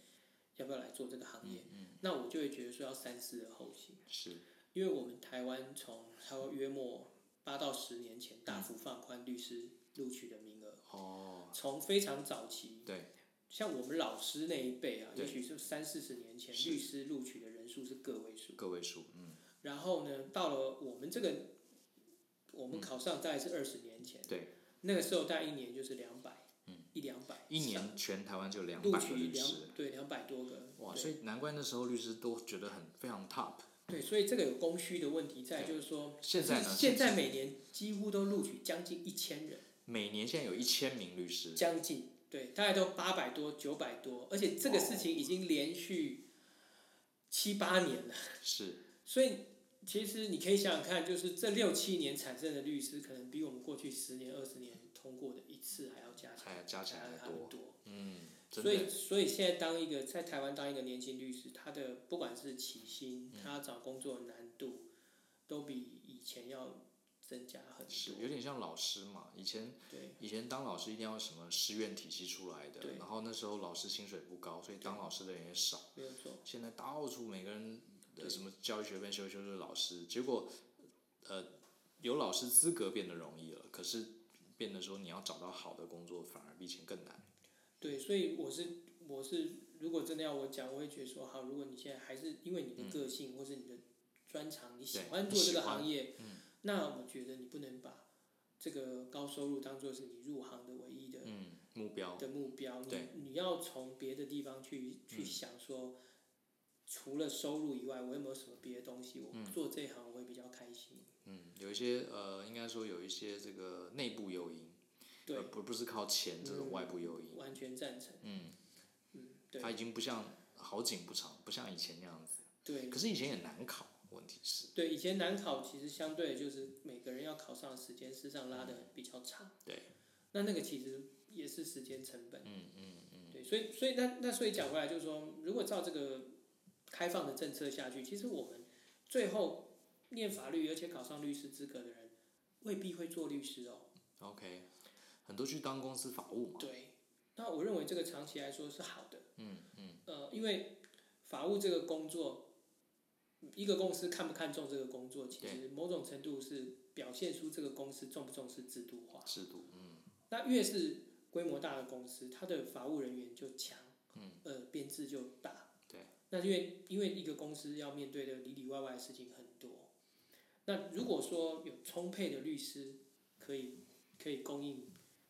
B: 要不要来做这个行业？那我就会觉得说要三思而后行。
A: 是，
B: 因为我们台湾从差不多约莫八到十年前大幅放宽律师录取的名额，
A: 哦，
B: 从非常早期，
A: 对，
B: 像我们老师那一辈啊，
A: 对
B: 也许是三四十年前，
A: 是
B: 律师录取的人数是个位数。
A: 个位数，嗯，
B: 然后呢，到了我们这个，我们考上大概是二十年前，
A: 嗯对，嗯
B: 那个时候大概一年就是两百，一两百，
A: 一年全台湾就两
B: 录
A: 百个
B: 取
A: 律
B: 两
A: 师，
B: 对两百多个，
A: 哇，
B: 对
A: 所以难怪那时候律师都觉得很非常 top。
B: 对，所以这个有供需的问题在，
A: 对
B: 就是说
A: 现在呢，
B: 现在每年几乎都录取将近一千人，
A: 每年现在有一千名律师，
B: 将近对，大概都八百多、九百多，而且这个事情已经连续七八年了，
A: 是
B: 所以其实你可以想想看，就是这六七年产生的律师，可能比我们过去十年、二十年通过的一次还要加起来
A: 还哎加起来
B: 还
A: 还
B: 还要
A: 多，
B: 多。
A: 嗯，真
B: 所以，
A: 的，
B: 所以现在当一个在台湾当一个年轻律师，他的不管是起薪，
A: 嗯
B: 他找工作的难度，都比以前要增加很
A: 是
B: 多。
A: 有点像老师嘛，以前
B: 对，
A: 以前当老师一定要什么师院体系出来的
B: 对，
A: 然后那时候老师薪水不高，所以当老师的人也少。
B: 没有错。
A: 现在到处每个人
B: 对
A: 呃什么教育学分修一修就是老师，结果呃有老师资格变得容易了，可是变得说你要找到好的工作反而比以前更难。
B: 对，所以我是我是，如果真的要我讲，我会觉得说，好，如果你现在还是因为你的个性、或是你的专长，你
A: 嗯
B: 喜
A: 对
B: 欢
A: 你
B: 做这
A: 喜
B: 个
A: 欢嗯
B: 行业，那我觉得你不能把这个高收入当做是你入行的唯一的、
A: 嗯，目标
B: 的目标，你
A: 对嗯
B: 你要从别的地方去去想说。除了收入以外，我有没有什么别的东西？我做这一行我会比较开心。
A: 嗯有一些呃应该说有一些这个内部诱因，
B: 对
A: 而，不不是靠钱这种
B: 嗯
A: 外部诱因。
B: 完全赞成。
A: 嗯，
B: 嗯，对
A: 它已经不像好景不长，不像以前那样子。
B: 对
A: 可是以前也难考，问题是
B: 对，以前难考其实相对就是每个人要考上的时间，事实上拉的比较长。
A: 嗯对。
B: 那那个其实也是时间成本。
A: 嗯嗯嗯，
B: 对，所以所以那那所以讲回来就是说，如果照这个开放的政策下去，其实我们最后念法律而且考上律师资格的人，未必会做律师哦。
A: OK，很多去当公司法务嘛。
B: 对。那我认为这个长期来说是好的。
A: 嗯嗯，
B: 呃，因为法务这个工作，一个公司看不看重这个工作，其实某种程度是表现出这个公司重不重视制度化。
A: 制度，嗯
B: 那越是规模大的公司，它的法务人员就强，
A: 嗯，
B: 呃，编制就大。
A: 对。
B: 那因为因为一个公司要面对的里里外外的事情很多，那如果说有充沛的律师可以可以供应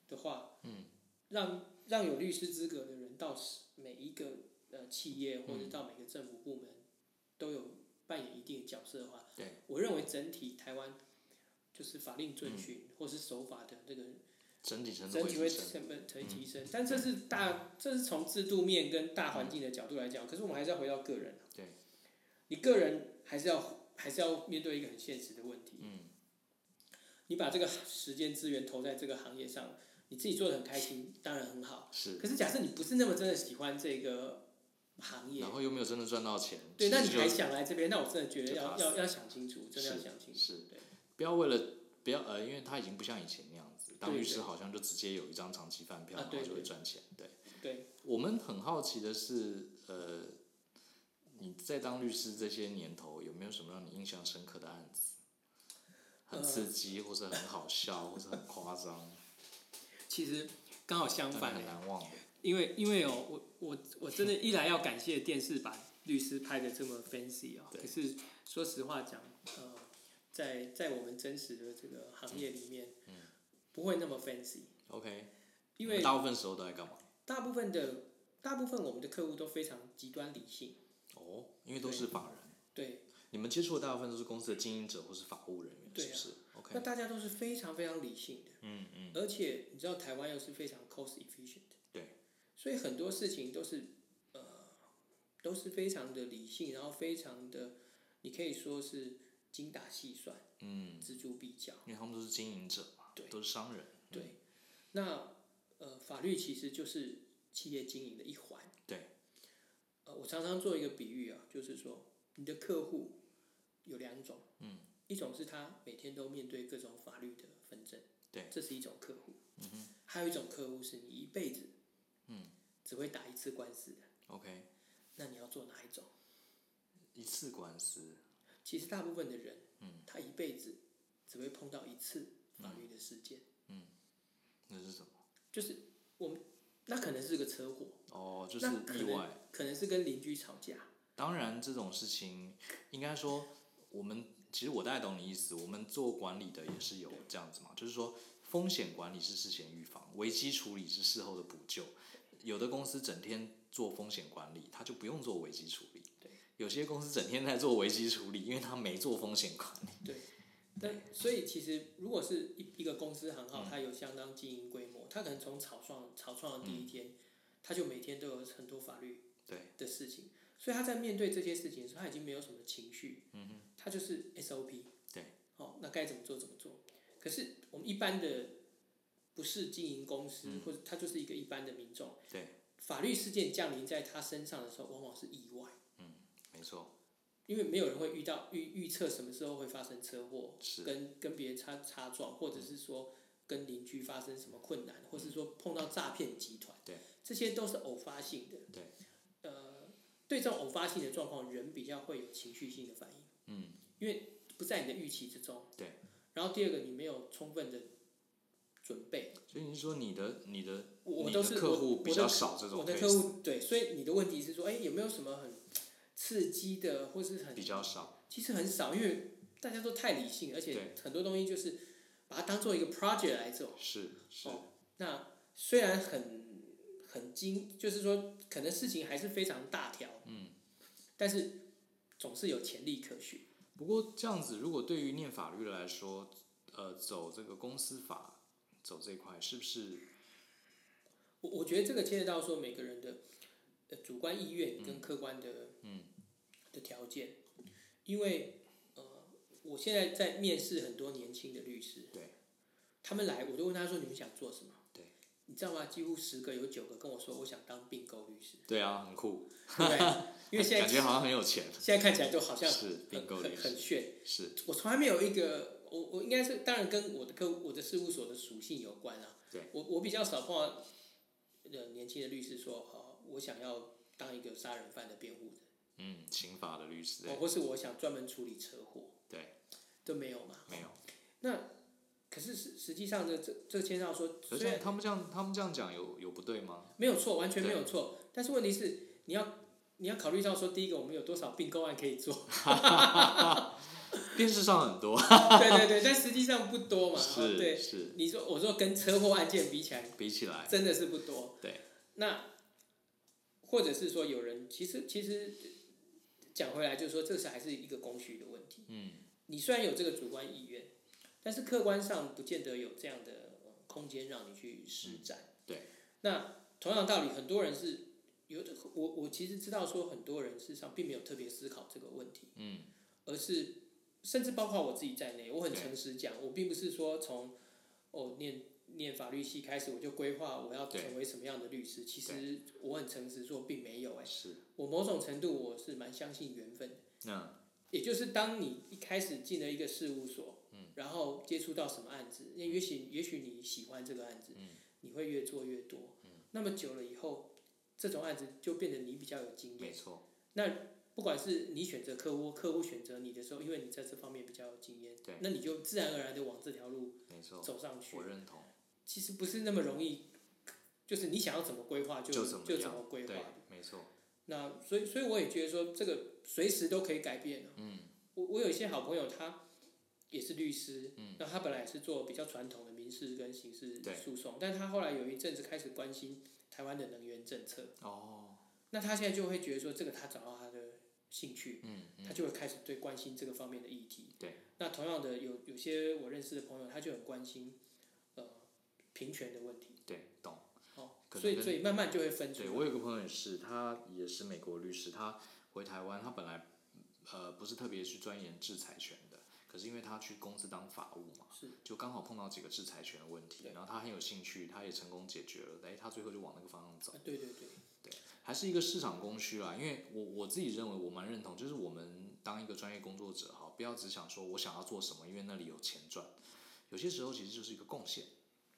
B: 的话，
A: 嗯，
B: 让让有律师资格的人到每一个呃企业或者到每个政府部门都有扮演一定的角色的话，
A: 对，
B: 我认为整体台湾就是法令
A: 嗯
B: 遵循、或是守法的这个
A: 整体程度
B: 整体会
A: 会提升。嗯
B: 成本会提升，但这是大，这是从制度面跟大环境的角度来讲，可是我们还是要回到个人、啊。
A: 对，
B: 你个人还是要还是要面对一个很现实的问题。
A: 嗯，
B: 你把这个时间资源投在这个行业上，你自己做的很开心，当然很好。
A: 是，
B: 可是假设你不是那么真的喜欢这个行业
A: 然，后又没有真的赚到钱，
B: 对，
A: 其
B: 那
A: 实
B: 你
A: 就
B: 还想来这边，那我真的觉得
A: 就
B: 要
A: 怕死
B: 要要想清楚，真的要
A: 是
B: 想清楚。
A: 是
B: 对，
A: 不要为了不要呃，因为他已经不像以前那样子，当
B: 对
A: 律
B: 对
A: 师好像就直接有一张长期饭票，
B: 啊
A: 然
B: 对
A: 后就会
B: 对
A: 赚钱。对，
B: 对，
A: 我们很好奇的是，呃，你在当律师这些年头，有没有什么让你印象深刻的案子？很刺激，或者很好笑，或者很夸张，
B: 其实刚好呃相
A: 但
B: 反
A: 很
B: 的。
A: 难忘的。
B: 因为因为哦，我我我真的一来要感谢电视把律师拍的这么 fancy 啊、
A: 对
B: 可是说实话讲，呃，在在我们真实的这个行业里面，不会那么 fancy，
A: OK，你
B: 因
A: 们
B: 为
A: 大部分时候都在干嘛？
B: 大部分的大部分我们的客户都非常极端理性，
A: 哦，因为都是法人，
B: 对，
A: 你们接触的大部分都是公司的经营者或是法务人员，
B: 对
A: 是
B: 啊
A: 不是？OK，
B: 那大家都是非常非常理性的，
A: 嗯嗯，
B: 而且你知道台湾又是非常 cost efficient，
A: 对，
B: 所以很多事情都是呃都是非常的理性，然后非常的你可以说是精打细算，
A: 嗯，
B: 锱铢必较。
A: 因为他们都是经营者嘛，
B: 对
A: 都是商人，嗯
B: 对，那呃法律其实就是企业经营的一环。
A: 对，
B: 呃，我常常做一个比喻啊，就是说你的客户有两种，
A: 嗯，
B: 一种是他每天都面对各种法律的纷争，
A: 对
B: 这是一种客户，嗯哼，还有一种客户是你一辈子，
A: 嗯，
B: 只会打一次官司的，
A: OK，
B: 那你要做哪一种？
A: 一次官司，
B: 其实大部分的人，
A: 嗯，
B: 他一辈子只会碰到一次法律的事件，
A: 那是什么？
B: 就是我们那可能是个车祸，
A: 哦，就是
B: 那可
A: 意
B: 能
A: 外。
B: 可能是跟邻居吵架，
A: 当然，这种事情应该说，我们其实我大概懂你意思。我们做管理的也是有这样子嘛，就是说风险管理是事前预防，危机处理是事后的补救。有的公司整天做风险管理，他就不用做危机处理
B: 对；
A: 有些公司整天在做危机处理，因为他没做风险管理。
B: 对，但所以其实如果是一一个公司行
A: 嗯
B: 号，它有相当经营规模，它可能从草创草创的第一天，它就每天都有很多法律
A: 嗯对
B: 的事情，所以他在面对这些事情的时候，他已经没有什么情绪，嗯他就是 SOP，
A: 对，
B: 哦，那该怎么做怎么做。可是我们一般的不是经营公司，或者他就是一个一般的民众，
A: 嗯对，
B: 法律事件降临在他身上的时候，往往是意外。
A: 没错，
B: 因为没有人会遇到预预测什么时候会发生车祸，
A: 是
B: 跟跟别人擦擦撞，或者是说跟邻居发生什么困难，或是说碰到诈骗集团，
A: 对，
B: 这些都是偶发性的。
A: 对，
B: 呃，对这种偶发性的状况，人比较会有情绪性的反应，
A: 嗯，
B: 因为不在你的预期之中。
A: 对。
B: 然后第二个，你没有充分的准备，
A: 所以你是说你的你的
B: 我
A: 你
B: 都
A: 的
B: 是
A: 客
B: 我
A: 户比
B: 我
A: 较
B: 的
A: 少这种
B: 我的
A: case，
B: 客户对，所以你的问题是说，哎，有没有什么很刺激的，或是很
A: 比较少，
B: 其实很少，因为大家都太理性，而且
A: 对
B: 很多东西就是把它当做一个 project 来做。
A: 是是，
B: 哦那虽然很很精，就是说可能事情还是非常大条，嗯，但是总是有潜力可循。
A: 不过这样子，如果对于念法律的来说，呃，走这个公司法走这一块，是不是
B: 我我觉得这个牵扯到说每个人的呃主观意愿跟客观的嗯的条件，因为呃我现在在面试很多年轻的律师，
A: 对，
B: 他们来我就问他说你们想做什么？
A: 对，
B: 你知道吗？几乎十个有九个跟我说我想当并购律师，
A: 对啊，很酷，
B: 对不对？因为现在
A: 感觉好像很有钱，
B: 现在看起来就好像
A: 是并
B: 很
A: 购
B: 很
A: 律
B: 很
A: 师，
B: 炫，
A: 是
B: 我从来没有一个，我我应该是当然跟我的客户我的事务所的属性有关啊。
A: 对，
B: 我我比较少碰到呃年轻的律师说，哦，我想要当一个杀人犯的辩护人，
A: 嗯，刑法的律师，
B: 哦，
A: 对
B: 或是我想专门处理车祸，
A: 对，
B: 都没有嘛。
A: 没有。
B: 那可是实实际上这这这牵涉到说，
A: 可
B: 虽
A: 是
B: 然
A: 他们这样，他们这样讲有有不对吗？
B: 没有错，完全没有错，但是问题是你要你要考虑到说，第一个我们有多少并购案可以 做，
A: 电视上很多，
B: 对对对，但实际上不多嘛。哦
A: 是
B: 对，
A: 是，
B: 你说我说跟车祸案件比起来，
A: 比起来，
B: 真的是不多。
A: 对，
B: 那或者是说有人其实其实讲回来，就是说这是还是一个供需的问题。
A: 嗯，
B: 你虽然有这个主观意愿，但是客观上不见得有这样的呃空间让你去施展。
A: 对。
B: 那同样道理，很多人是有的，我我其实知道说很多人事实上并没有特别思考这个问题，
A: 嗯，
B: 而是甚至包括我自己在内，我很
A: 对
B: 诚实讲，我并不是说从哦念念法律系开始我就规划我要
A: 对
B: 成为什么样的律师，其实我很诚实说并没有哎、
A: 是，
B: 我某种程度我是蛮相信缘分的。
A: 那
B: 也就是当你一开始进了一个事务所，
A: 嗯
B: 然后接触到什么案子，那也许也许你喜欢这个案
A: 嗯
B: 子，你会越做越多，那么久了以后，这种案子就变得你比较有经
A: 没
B: 验。
A: 错，
B: 不管是你选择客户，客户选择你的时候，因为你在这方面比较有经验
A: 对，
B: 那你就自然而然的往这条路
A: 没错，
B: 走上去
A: 我。认同，
B: 其实不是那么容易，就是你想要怎么规划就
A: 就怎么
B: 就
A: 样
B: 怎么规划
A: 对。，没错，
B: 那所以，所以我也觉得说，这个随时都可以改变、啊、
A: 嗯
B: 我我有一些好朋友，他也是律师，
A: 嗯
B: 那他本来也是做比较传统的民事跟刑事
A: 对
B: 诉讼，但他后来有一阵子开始关心台湾的能源政策，
A: 哦，
B: 那他现在就会觉得说，这个他找到他的兴趣，
A: 嗯嗯，
B: 他就会开始对关心这个方面的议题。
A: 对。
B: 那同样的，有有些我认识的朋友，他就很关心，呃，平权的问题。
A: 对，懂。
B: 哦，
A: 可能
B: 所以
A: 跟
B: 所以慢慢就会分出
A: 对
B: 来。
A: 我有个朋友也是，他也是美国律师，他回台湾，他本来呃不是特别去钻研制裁权的，可是因为他去公司当法务嘛，
B: 是
A: 就刚好碰到几个制裁权的问题，
B: 对
A: 然后他很有兴趣，他也成功解决了，哎，他最后就往那个方向走
B: 啊，，对对对，
A: 还是一个市场供需啦。因为我我自己认为我蛮认同，就是我们当一个专业工作者哈，不要只想说我想要做什么，因为那里有钱赚，有些时候其实就是一个贡献。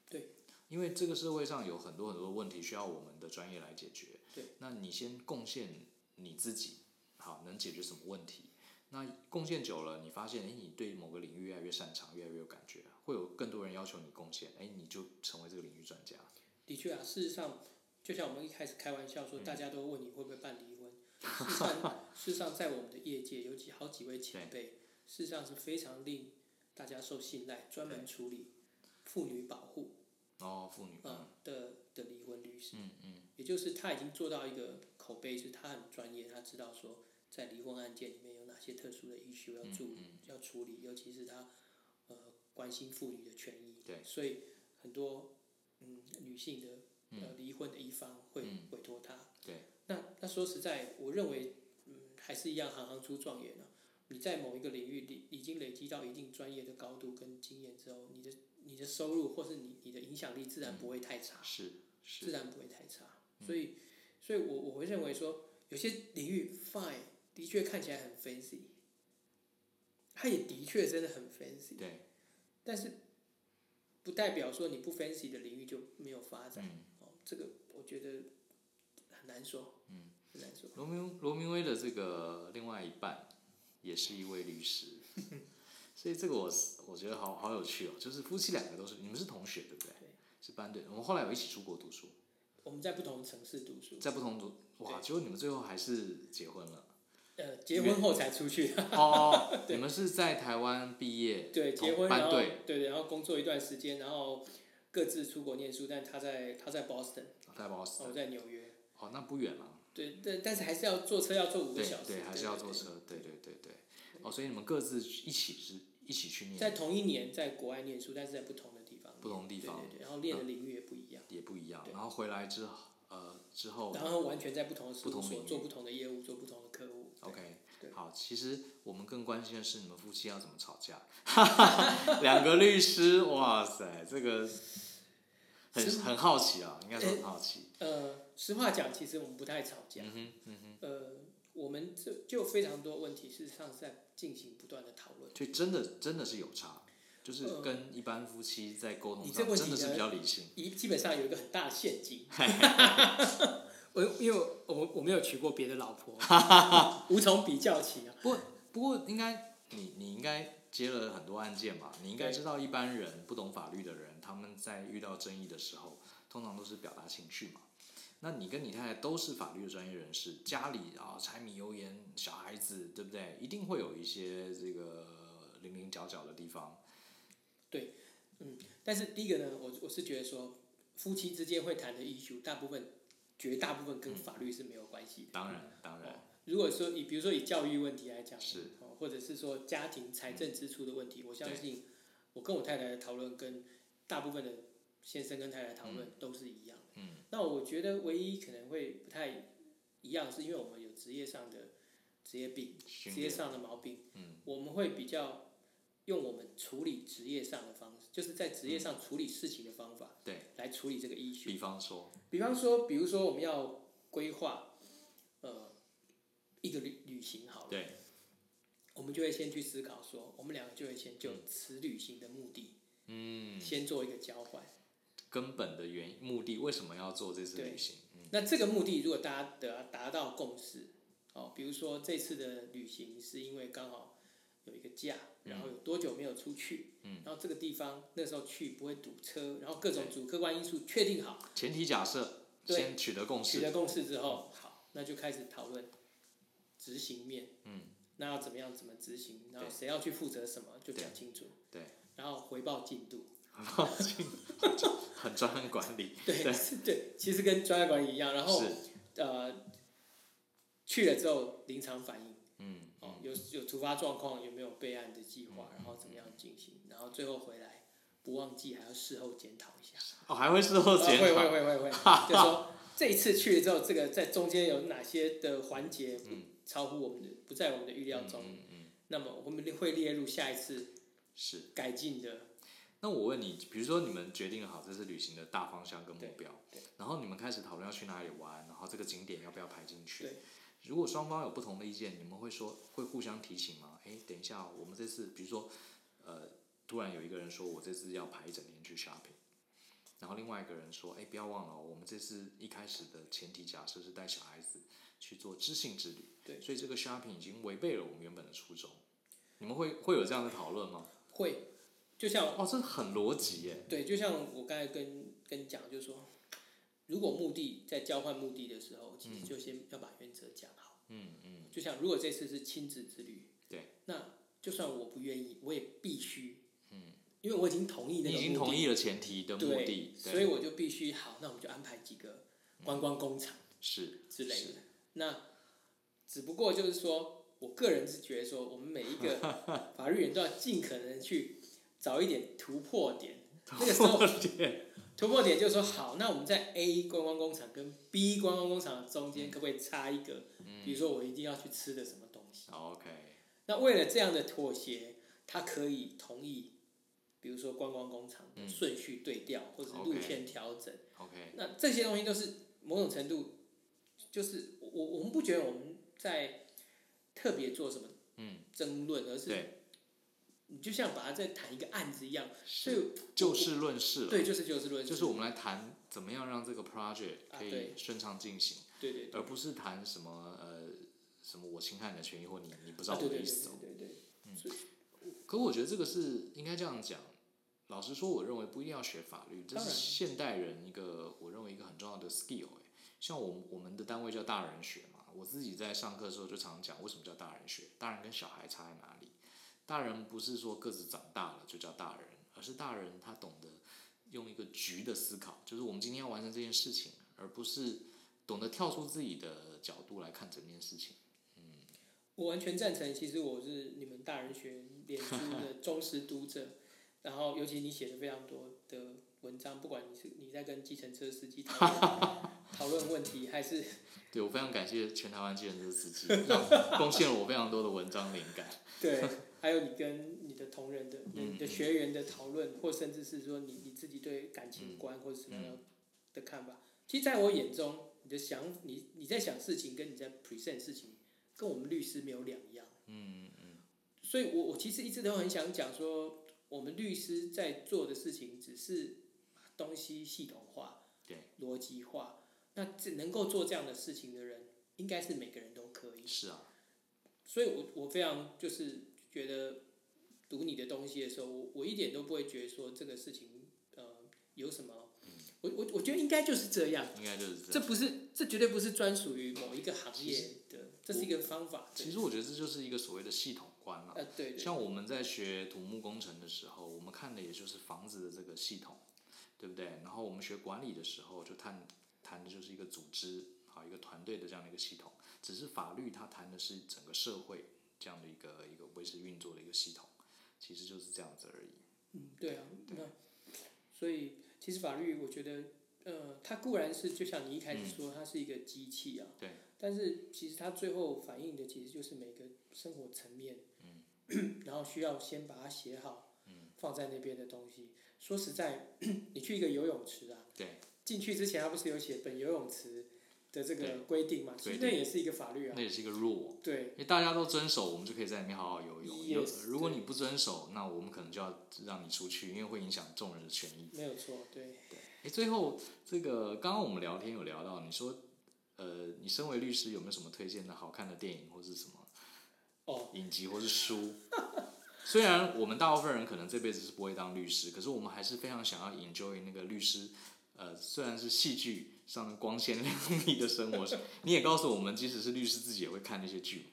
B: 对。
A: 因为这个社会上有很多很多问题需要我们的专业来解决。
B: 对。
A: 那你先贡献你自己，好，能解决什么问题？那贡献久了，你发现，哎，你对某个领域越来越擅长，越来越有感觉，会有更多人要求你贡献，哎，你就成为这个领域专家。
B: 的确啊，事实上，就像我们一开始开玩笑
A: 嗯
B: 说，大家都问你会不会办离婚，事实上， 事实上在我们的业界有几好几位前辈，事实上是非常令大家受信赖，专门处理妇女保护
A: 哦，妇女，嗯
B: 啊、的的离婚律师，
A: 嗯嗯，
B: 也就是他已经做到一个口碑，就是他很专业，他知道说在离婚案件里面有哪些特殊的 issue 要注、
A: 嗯
B: 要处理，尤其是他呃关心妇女的权益，
A: 对
B: 所以很多嗯女性的呃离婚的一方会
A: 嗯
B: 委托他，
A: 对，
B: 那那说实在，我认为嗯还是一样行行出状元啊。你在某一个领域里已经累积到一定专业的高度跟经验之后，你的你的收入或是你你的影响力自
A: 嗯
B: 然不会太差。
A: 是
B: 自
A: 是，
B: 然不会太差。所以，所以我我会认为说，有些领域 fine 的确看起来很 fancy，它也的确真的很 fancy，
A: 对。
B: 但是不代表说你不 fancy 的领域就没有发展。
A: 嗯
B: 哦，这个我觉得很难说，嗯，很难说。
A: 罗明罗明威的这个另外一半也是一位律 师，所以这个我是我觉得好好有趣哦，就是夫妻两个都是，你们是同学对不对？
B: 对
A: 是班队，我们后来有一起出国读书，
B: 我们在不同的城市读书，
A: 在不同读，哇，结果你们最后还是结婚 了
B: 呃，结婚后才出去，
A: 哦，你们是在台湾毕业，
B: 对，
A: 同
B: 结
A: 哦
B: 婚然
A: 班
B: 后
A: 队，
B: 对对，然后工作一段时间，然后各自出国念书，但他在他在 Boston，
A: 在波士
B: 我
A: 顿，
B: 在纽约。
A: 哦，那不远了，
B: 对，但但是还是要坐车，要坐五个
A: 对
B: 小时。
A: 对，还是要坐。车，对对对对，哦，所以你们各自一起是一起去
B: 对
A: 念，
B: 在同一年在国外念书，但是在不同的地方念。
A: 不同地方嗯
B: 对对对，然后练的领域也不一样，
A: 也不一样，
B: 啊对
A: 然后回来之后，呃，之后
B: 然后完全在不同的事
A: 不
B: 务
A: 同
B: 所
A: 领域
B: 做不同的业务，做不同的客户。
A: OK，
B: 对
A: 好，其实我们更关心的是你们夫妻要怎么吵架。 两个律师，哇塞，这个很
B: 是
A: 很好奇啊，应该说很好奇。
B: 呃，实话讲，其实我们不太吵架。
A: 嗯哼，嗯哼，
B: 呃，我们这就非常多问题，事实上是在进行不断的讨论。
A: 就真的真的是有差，就是
B: 呃
A: 跟一般夫妻在沟通
B: 你这
A: 上
B: 个问题
A: 真的是
B: 呢
A: 比较理性。
B: 一基本上有一个很大的陷 阱。我因为我我我没有娶过别的老 婆，无从比较起啊。
A: 不过不过应该你你应该接了很多案件吧？你应该
B: 对
A: 知道一般人不懂法律的人，他们在遇到争议的时候，通常都是表达情绪嘛。那你跟你太太都是法律的专业人士，家里啊柴米油盐，小孩子对不对？一定会有一些这个零零角角的地方。
B: 但是第一个呢，我我是觉得说，夫妻之间会谈的 issue，大部分绝大部分跟法律是没有关系的。
A: 当然当
B: 哦
A: 然，
B: 如果说以比如说以教育问题来讲，
A: 是嗯
B: 哦，或者是说家庭财政支出的问题，我相信我跟我太太的讨论跟大部分的先生跟太太讨论都是一样的。
A: 嗯，
B: 那我觉得唯一可能会不太一样，是因为我们有职业上的职业病、
A: 训
B: 职业
A: 练
B: 上的毛病，
A: 嗯
B: 我们会比较用我们处理职业上的方式，就是在职业上处理事情的方法
A: 对，
B: 来处理这个 issue
A: 比。方说
B: 比方说，比如说我们要规划，呃，一个旅旅行好了，
A: 对，
B: 我们就会先去思考说，我们两个就会先就此旅行的目的、
A: 嗯，
B: 先做一个交换。
A: 根本的原因目的为什么要做这次
B: 对
A: 旅行？嗯
B: 那这个目的如果大家得达到共识，哦，比如说这次的旅行是因为刚好有一个假，然后有多久没有出去，
A: 嗯
B: 然后这个地方那时候去不会堵车，然后各种
A: 对
B: 主客观因素确定好，
A: 前提假设
B: 对
A: 先取得共
B: 取得
A: 识，嗯
B: 共识之后，好，那就开始讨论执行面。
A: 嗯，
B: 那要怎么样怎么执行，然后
A: 对
B: 谁要去负责什么，就
A: 对
B: 讲清楚。
A: 对。
B: 然后回报进 度，
A: 很专门管理，
B: 对对，其实跟专业管理一样。然后
A: 是，
B: 呃，去了之后临场反应，
A: 嗯，
B: 哦，有有突发状况，有没有备案的计划，然后怎么样进行，然后最后回来不忘记还要事后检讨一下。
A: 哦，还会事后
B: 呃
A: 检
B: 会
A: 讨，
B: 会 会会会，就说这一次去了之后，这个在中间有哪些的环节不超乎我们的不在我们的预料中，
A: 嗯嗯，
B: 那么我们会列入下一次
A: 是。
B: 改进的
A: 那我问你，比如说你们决定好这次旅行的大方向跟目标
B: 对对，
A: 然后你们开始讨论要去哪里玩，然后这个景点要不要排进去
B: 对？
A: 如果双方有不同的意见，你们会说会互相提醒吗？哎，等一下哦，我们这次比如说，呃，突然有一个人说我这次要排一整天去 shopping，然后另外一个人说，哎，不要忘了哦、我们这次一开始的前提假设是带小孩子去做知性之旅，
B: 对
A: 所以这个 shopping 已经违背了我们原本的初衷。你们会会有这样的讨论吗？
B: 会，就像
A: 哦，这很逻辑耶。
B: 对，就像我刚才跟跟你讲，就是说，如果目的在交换目的的时候，其实就先要把原则讲好。
A: 嗯嗯。
B: 就像如果这次是亲子之旅，
A: 对，
B: 那就算我不愿意，我也必须，嗯，因为我已经同意那
A: 你
B: 个
A: 已经
B: 目
A: 同
B: 的
A: 意了前提的目的
B: 对，，所以我就必须好，那我们就安排几个观光工厂
A: 是
B: 之类
A: 是
B: 的。那只不过就是说，我个人是觉得说，我们每一 个法律人都要尽可能去找一点突破点。那个时 候突破点就是说，好，那我们在 A 观光工厂跟 B 观光工厂的中
A: 嗯
B: 间，可不可以插一个？比如说，我一定要去吃的什么东西。
A: OK，
B: 那为了这样的妥协，他可以同意，比如说观光工厂的
A: 嗯
B: 顺序对调，或者是
A: OK
B: 路线调整。
A: OK，
B: 那这些东西都是某种程度，就是我我我们不觉得我们在特别做什么
A: 嗯，
B: 争论，而是
A: 对，
B: 你就像把它在谈一个案子一样，所
A: 是
B: 以
A: 就事论事了，
B: 对，就是就事论事，
A: 就是我们来谈怎么样让这个 project
B: 啊
A: 可以
B: 对
A: 顺畅进行，
B: 对对对，
A: 而不是谈什么呃什么我侵害你的权益或你你不知道
B: 啊
A: 我
B: 对
A: 的
B: 对对
A: 意思哦。
B: 对对对，
A: 可我觉得这个是应该这样讲。老实说，我认为不一定要学法律，这
B: 当
A: 是
B: 然
A: 现代人一个我认为一个很重要的 skill、欸。像我们我们的单位叫大人学嘛，我自己在上课的时候就常讲，为什么叫大人学？大人跟小孩差在哪里？大人不是说个子长大了就叫大人，而是大人他懂得用一个局的思考，就是我们今天要完成这件事情，而不是懂得跳出自己的角度来看整件事情。
B: 我完全赞成。其实我是你们大人学脸 书的忠实读者，然后尤其你写的非常多的文章，不管你是你在跟计程车司机讨论 讨论问题，还是
A: 对我非常感谢全台湾计程车司机，让贡献了我非常多的文章灵感。
B: 对， 还有你跟你的同仁的、
A: 嗯
B: 你的学员的讨论，或甚至是说你你自己对感
A: 嗯
B: 情观或者什么样的的看法。其实，在我眼中，你的想你你在想事情，跟你在 present 事情，跟我们律师没有两样。
A: 嗯嗯
B: 所以我我其实一直都很想讲说，我们律师在做的事情，只是东西系统化、
A: 对
B: 逻辑化。那这能够做这样的事情的人，应该是每个人都可以，。
A: 是啊，
B: 所以我我非常就是觉得读你的东西的时候，我我一点都不会觉得说这个事情呃有什么，我我我觉得应该就是这样，
A: 应该嗯就是这
B: 这
A: 样。
B: 不是这绝对不是专属于某一个行
A: 其
B: 业的，这是一个方法。
A: 其实我觉得这就是一个所谓的系统观了、
B: 呃对对，
A: 像我们在学土木工程的时候，我们看的也就是房子的这个系统，对不对？然后我们学管理的时候就探谈的就是一个组织好一个团队的这样的一个系统，只是法律它谈的是整个社会这样的一个一个维持运作的一个系统，其实就是这样子而已。
B: 嗯，对啊，那所以其实法律，我觉得，呃，它固然是就像你一开始说，它是一个机器啊，
A: 对，
B: 但是其实它最后反映的其实就是每个生活层面，嗯， 然后需要先把它写好，嗯，放在那边的东西。说实在，你去一个游泳池啊，
A: 对，
B: 进去之前它不是有写本游泳池的这
A: 对
B: 个规定嘛？其实那也是一个法律啊，
A: 那也是一个 rule。
B: 对，
A: 因为大家都遵守，我们就可以在里面好好游泳。有
B: Yes，
A: 如果你不遵守，那我们可能就要让你出去，因为会影响众人的权益。
B: 没有错，对，
A: 哎，最后这个刚刚我们聊天有聊到，你说，呃，你身为律师有没有什么推荐的好看的电影或是什么
B: 哦，
A: 影集或是书？ 虽然我们大部分人可能这辈子是不会当律师，可是我们还是非常想要 enjoy 那个律师，呃，虽然是戏剧上光鲜亮丽的生活， 你也告诉我们，即使是律师自己也会看那些剧嘛。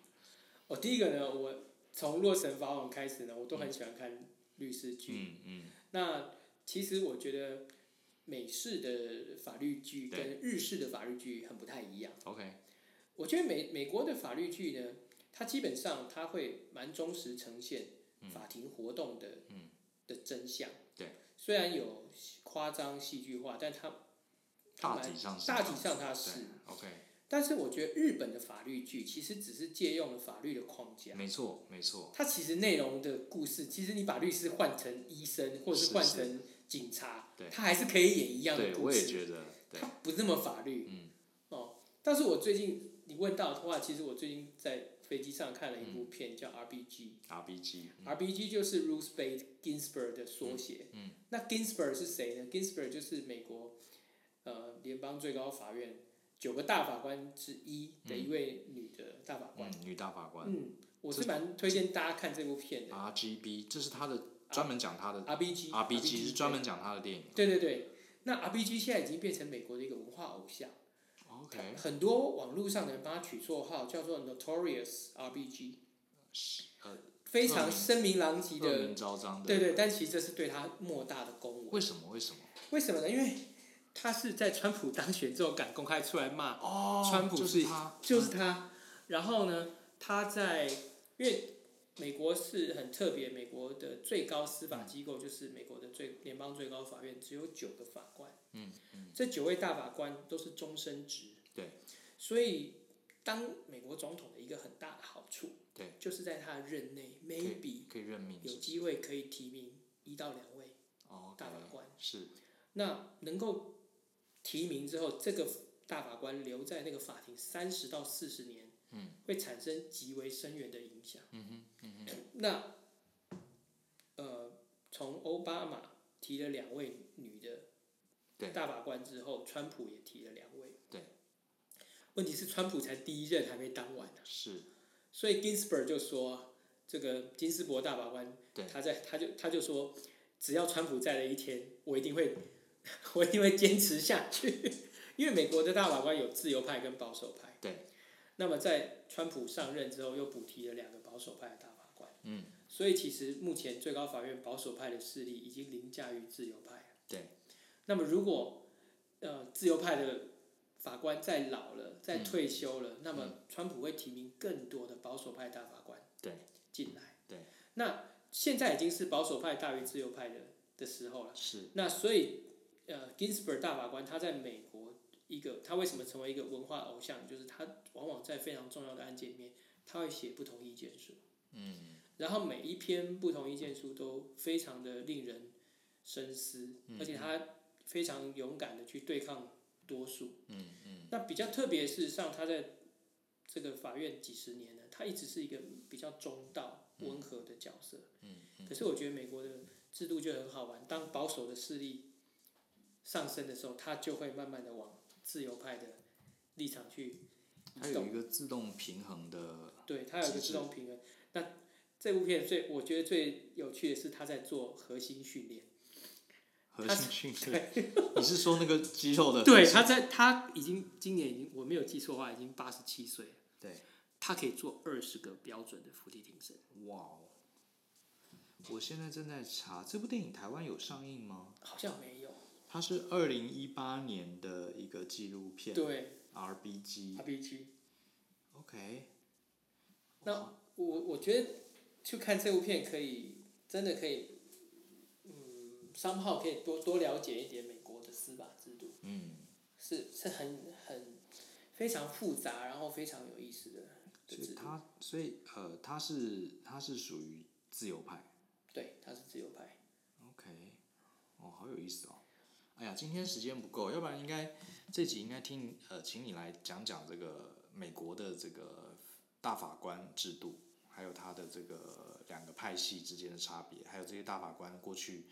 B: 哦，第一个呢，我从《洛神法网》开始呢，我都很喜欢看律师剧。
A: 嗯嗯，
B: 那其实我觉得美式的法律剧
A: 对
B: 跟日式的法律剧很不太一样。
A: OK，
B: 我觉得美美国的法律剧呢，它基本上它会蛮忠实呈现法庭活动的、的真相。
A: 嗯对，
B: 虽然有夸张戏剧化，但它
A: 大
B: 它蛮
A: 体上是
B: 大
A: 这
B: 体
A: 样
B: 上它
A: 对
B: 是。
A: OK，
B: 但是我觉得日本的法律剧其实只是借用了法律的框架，
A: 没错没错，
B: 它其实内容的故事，其实你把律师换成医生，或者
A: 是
B: 是换
A: 是
B: 成警察，
A: 对
B: 他还是可以演一样的
A: 对
B: 故
A: 我也
B: 事，
A: 觉得，对
B: 他不那么法律。
A: 嗯
B: 哦，但是我最近你问到的话，其实我最近在飞机上看了一部片叫 RPG，RPG、
A: RPG，嗯
B: RPG 就是 Ruth Bader Ginsburg 的缩写。
A: 嗯嗯
B: 那 Ginsburg 是谁呢？Ginsburg 就是美国呃联邦最高法院九个大法官之一的一位女的大法官。
A: 嗯，女嗯大法官
B: 嗯，我是蛮推荐大家看这部片的。
A: RGB，这是他的专门讲他的
B: RPG
A: RPG 是专
B: 门
A: 门讲他的电影
B: 对对对，那 RPG 现在已经变成美国的一个文化偶像，
A: 嗯，OK，
B: 很多网络上的人帮他取绰号叫做 Notorious RPG，
A: 呃，
B: 非常声名狼藉
A: 恶名
B: 的，
A: 昭彰的，
B: 对对，但其实这是对他莫大的恭维。
A: 为什么为什么？
B: 为什么呢？因为他是在川普当选之后敢公开出来骂，
A: 哦
B: 川普
A: 就是他，嗯
B: 就是他。然后呢，他在因为美国是很特别，美国的最高司法机构就是美国的最联邦最高法院，只有九个法官。
A: 嗯嗯
B: 这九位大法官都是终身职。
A: 对。
B: 所以，当美国总统的一个很大的好处，
A: 对，
B: 就是在他任内，maybe
A: 可以任命
B: 有
A: 是
B: 机会可以提名一到两位
A: 哦，OK，
B: 大法官。
A: 是
B: 那能够提名之后，这个大法官留在那个法庭三十到四十年，
A: 嗯，
B: 会产生极为深远的影响。
A: 嗯哼嗯哼
B: 那呃，从奥巴马提了两位女
A: 对
B: 的大法官之后，川普也提了两位。
A: 对。
B: 问题是川普才第一任还没当完，
A: 是
B: 所以 Ginsburg 就说，这个金斯伯大法官
A: 对，
B: 他在他就他就说，只要川普在的一天，我一定会 我一定会坚持下去， 因为美国的大法官有自由派跟保守派。
A: 对。
B: 那么在川普上任之后，又补提了两个保守派的大法官。
A: 嗯
B: 所以其实目前最高法院保守派的势力已经凌驾于自由派了。
A: 对。
B: 那么如果呃自由派的法官再老了，再退休了，那么川普会提名更多的保守派大法官
A: 对
B: 进来。
A: 对。
B: 那现在已经是保守派大于自由派的的时候了。
A: 是
B: 那所以呃，Ginsburg 大法官他在美国一个他为什么成为一个文化偶像，就是他往往在非常重要的案件里面，他会写不同意见书。
A: 嗯
B: 然后每一篇不同意见书都非常的令人深思，而且他非常勇敢的去对抗多数。
A: 嗯嗯
B: 那比较特别，事实上他在这个法院几十年呢，他一直是一个比较中道、温和的角色。
A: 嗯
B: 可是我觉得美国的制度就很好玩，当保守的势力上升的时候，他就会慢慢的往自由派的立场去
A: 它
B: 移
A: 有
B: 动
A: 一。个自动平衡的，
B: 对，它有一个
A: 机制
B: 自动平衡。那这部片最我觉得最有趣的是他在做核心训练，
A: 核
B: 它
A: 心训练， 你是说那个肌肉的？
B: 对，他在他已经今年已经我没有记错的话已经八十七岁了，
A: 对，
B: 他可以做二十个标准的伏地挺身，
A: 哇哦！我现在正在查这部电影，台湾有上映吗？
B: 好像没有，
A: 它是二零一八年的一个纪录片
B: 对
A: ，RBG。
B: RPG。
A: OK，
B: 那我我觉得去看这部片可以，真的可以，嗯，商号可以多多了解一点美国的司法制度，
A: 嗯，
B: 是是很很非常复杂，然后非常有意思的的
A: 所
B: 制
A: 以
B: 度。
A: 它所以呃，它是它是属于自由派。
B: 对，它是自由派。
A: OK，哦，好有意思哦。哎呀，今天时间不够，要不然应该这集应该听呃，请你来讲讲这个美国的这个大法官制度，还有它的这个两个派系之间的差别，还有这些大法官过去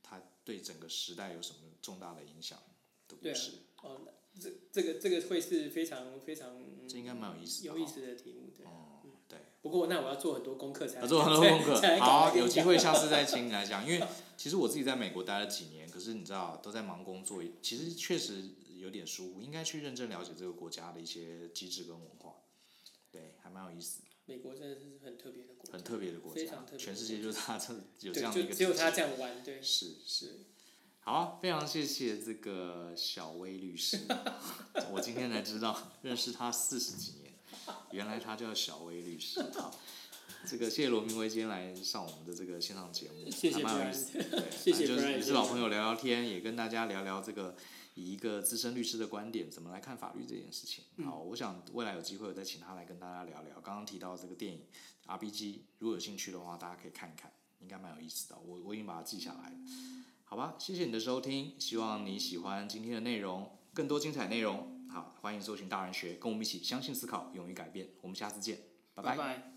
A: 他对整个时代有什么重大的影响的故
B: 对啊
A: 事，
B: 哦，那这这个这个会是非常非常、嗯
A: 这应该蛮有意思的、哦。
B: 有意思的题目，对。
A: 哦，对。
B: 不过那我要做很多功课
A: 要
B: 才
A: 呃啊做很多
B: 才
A: 功 课
B: 才才。敢
A: 好，
B: 跟你
A: 有机
B: 讲
A: 会下次再请你来讲，因为其实我自己在美国待了几年，可是你知道都在忙工作，其实确实有点疏忽，应该去认真了解这个国家的一些机制跟文化。对，还蛮有意思，
B: 美国真的是很特别的国家，
A: 很特别的国
B: 非
A: 家
B: 常特，别
A: 全世界就是它这有这
B: 对，
A: 样的一
B: 就
A: 个
B: 只有
A: 体
B: 他
A: 制
B: 这样玩，对。
A: 是是。好，非常谢谢这个小薇律 师，我今天才知道认识他四十几年，原来他叫小薇律师。好，这个谢谢罗明威今天来上我们的这个线上节目，
B: 谢谢
A: 还蛮有
B: Brian
A: 意思的。对
B: 谢谢
A: 反正就是
B: Brian，
A: 也
B: 谢
A: 是
B: 谢
A: 老朋友聊聊天，也跟大家聊聊这个以一个资深律师的观点怎么来看法律这件事情。
B: 嗯
A: 好，我想未来有机会我再请他来跟大家聊聊。刚刚提到这个电影 RPG，如果有兴趣的话，大家可以看看，应该蛮有意思的。我我已经把它记下来了。好吧，谢谢你的收听，希望你喜欢今天的内容，更多精彩内容，好，欢迎搜寻大人学，跟我们一起相信、思考、勇于改变。我们下次见，拜
B: 拜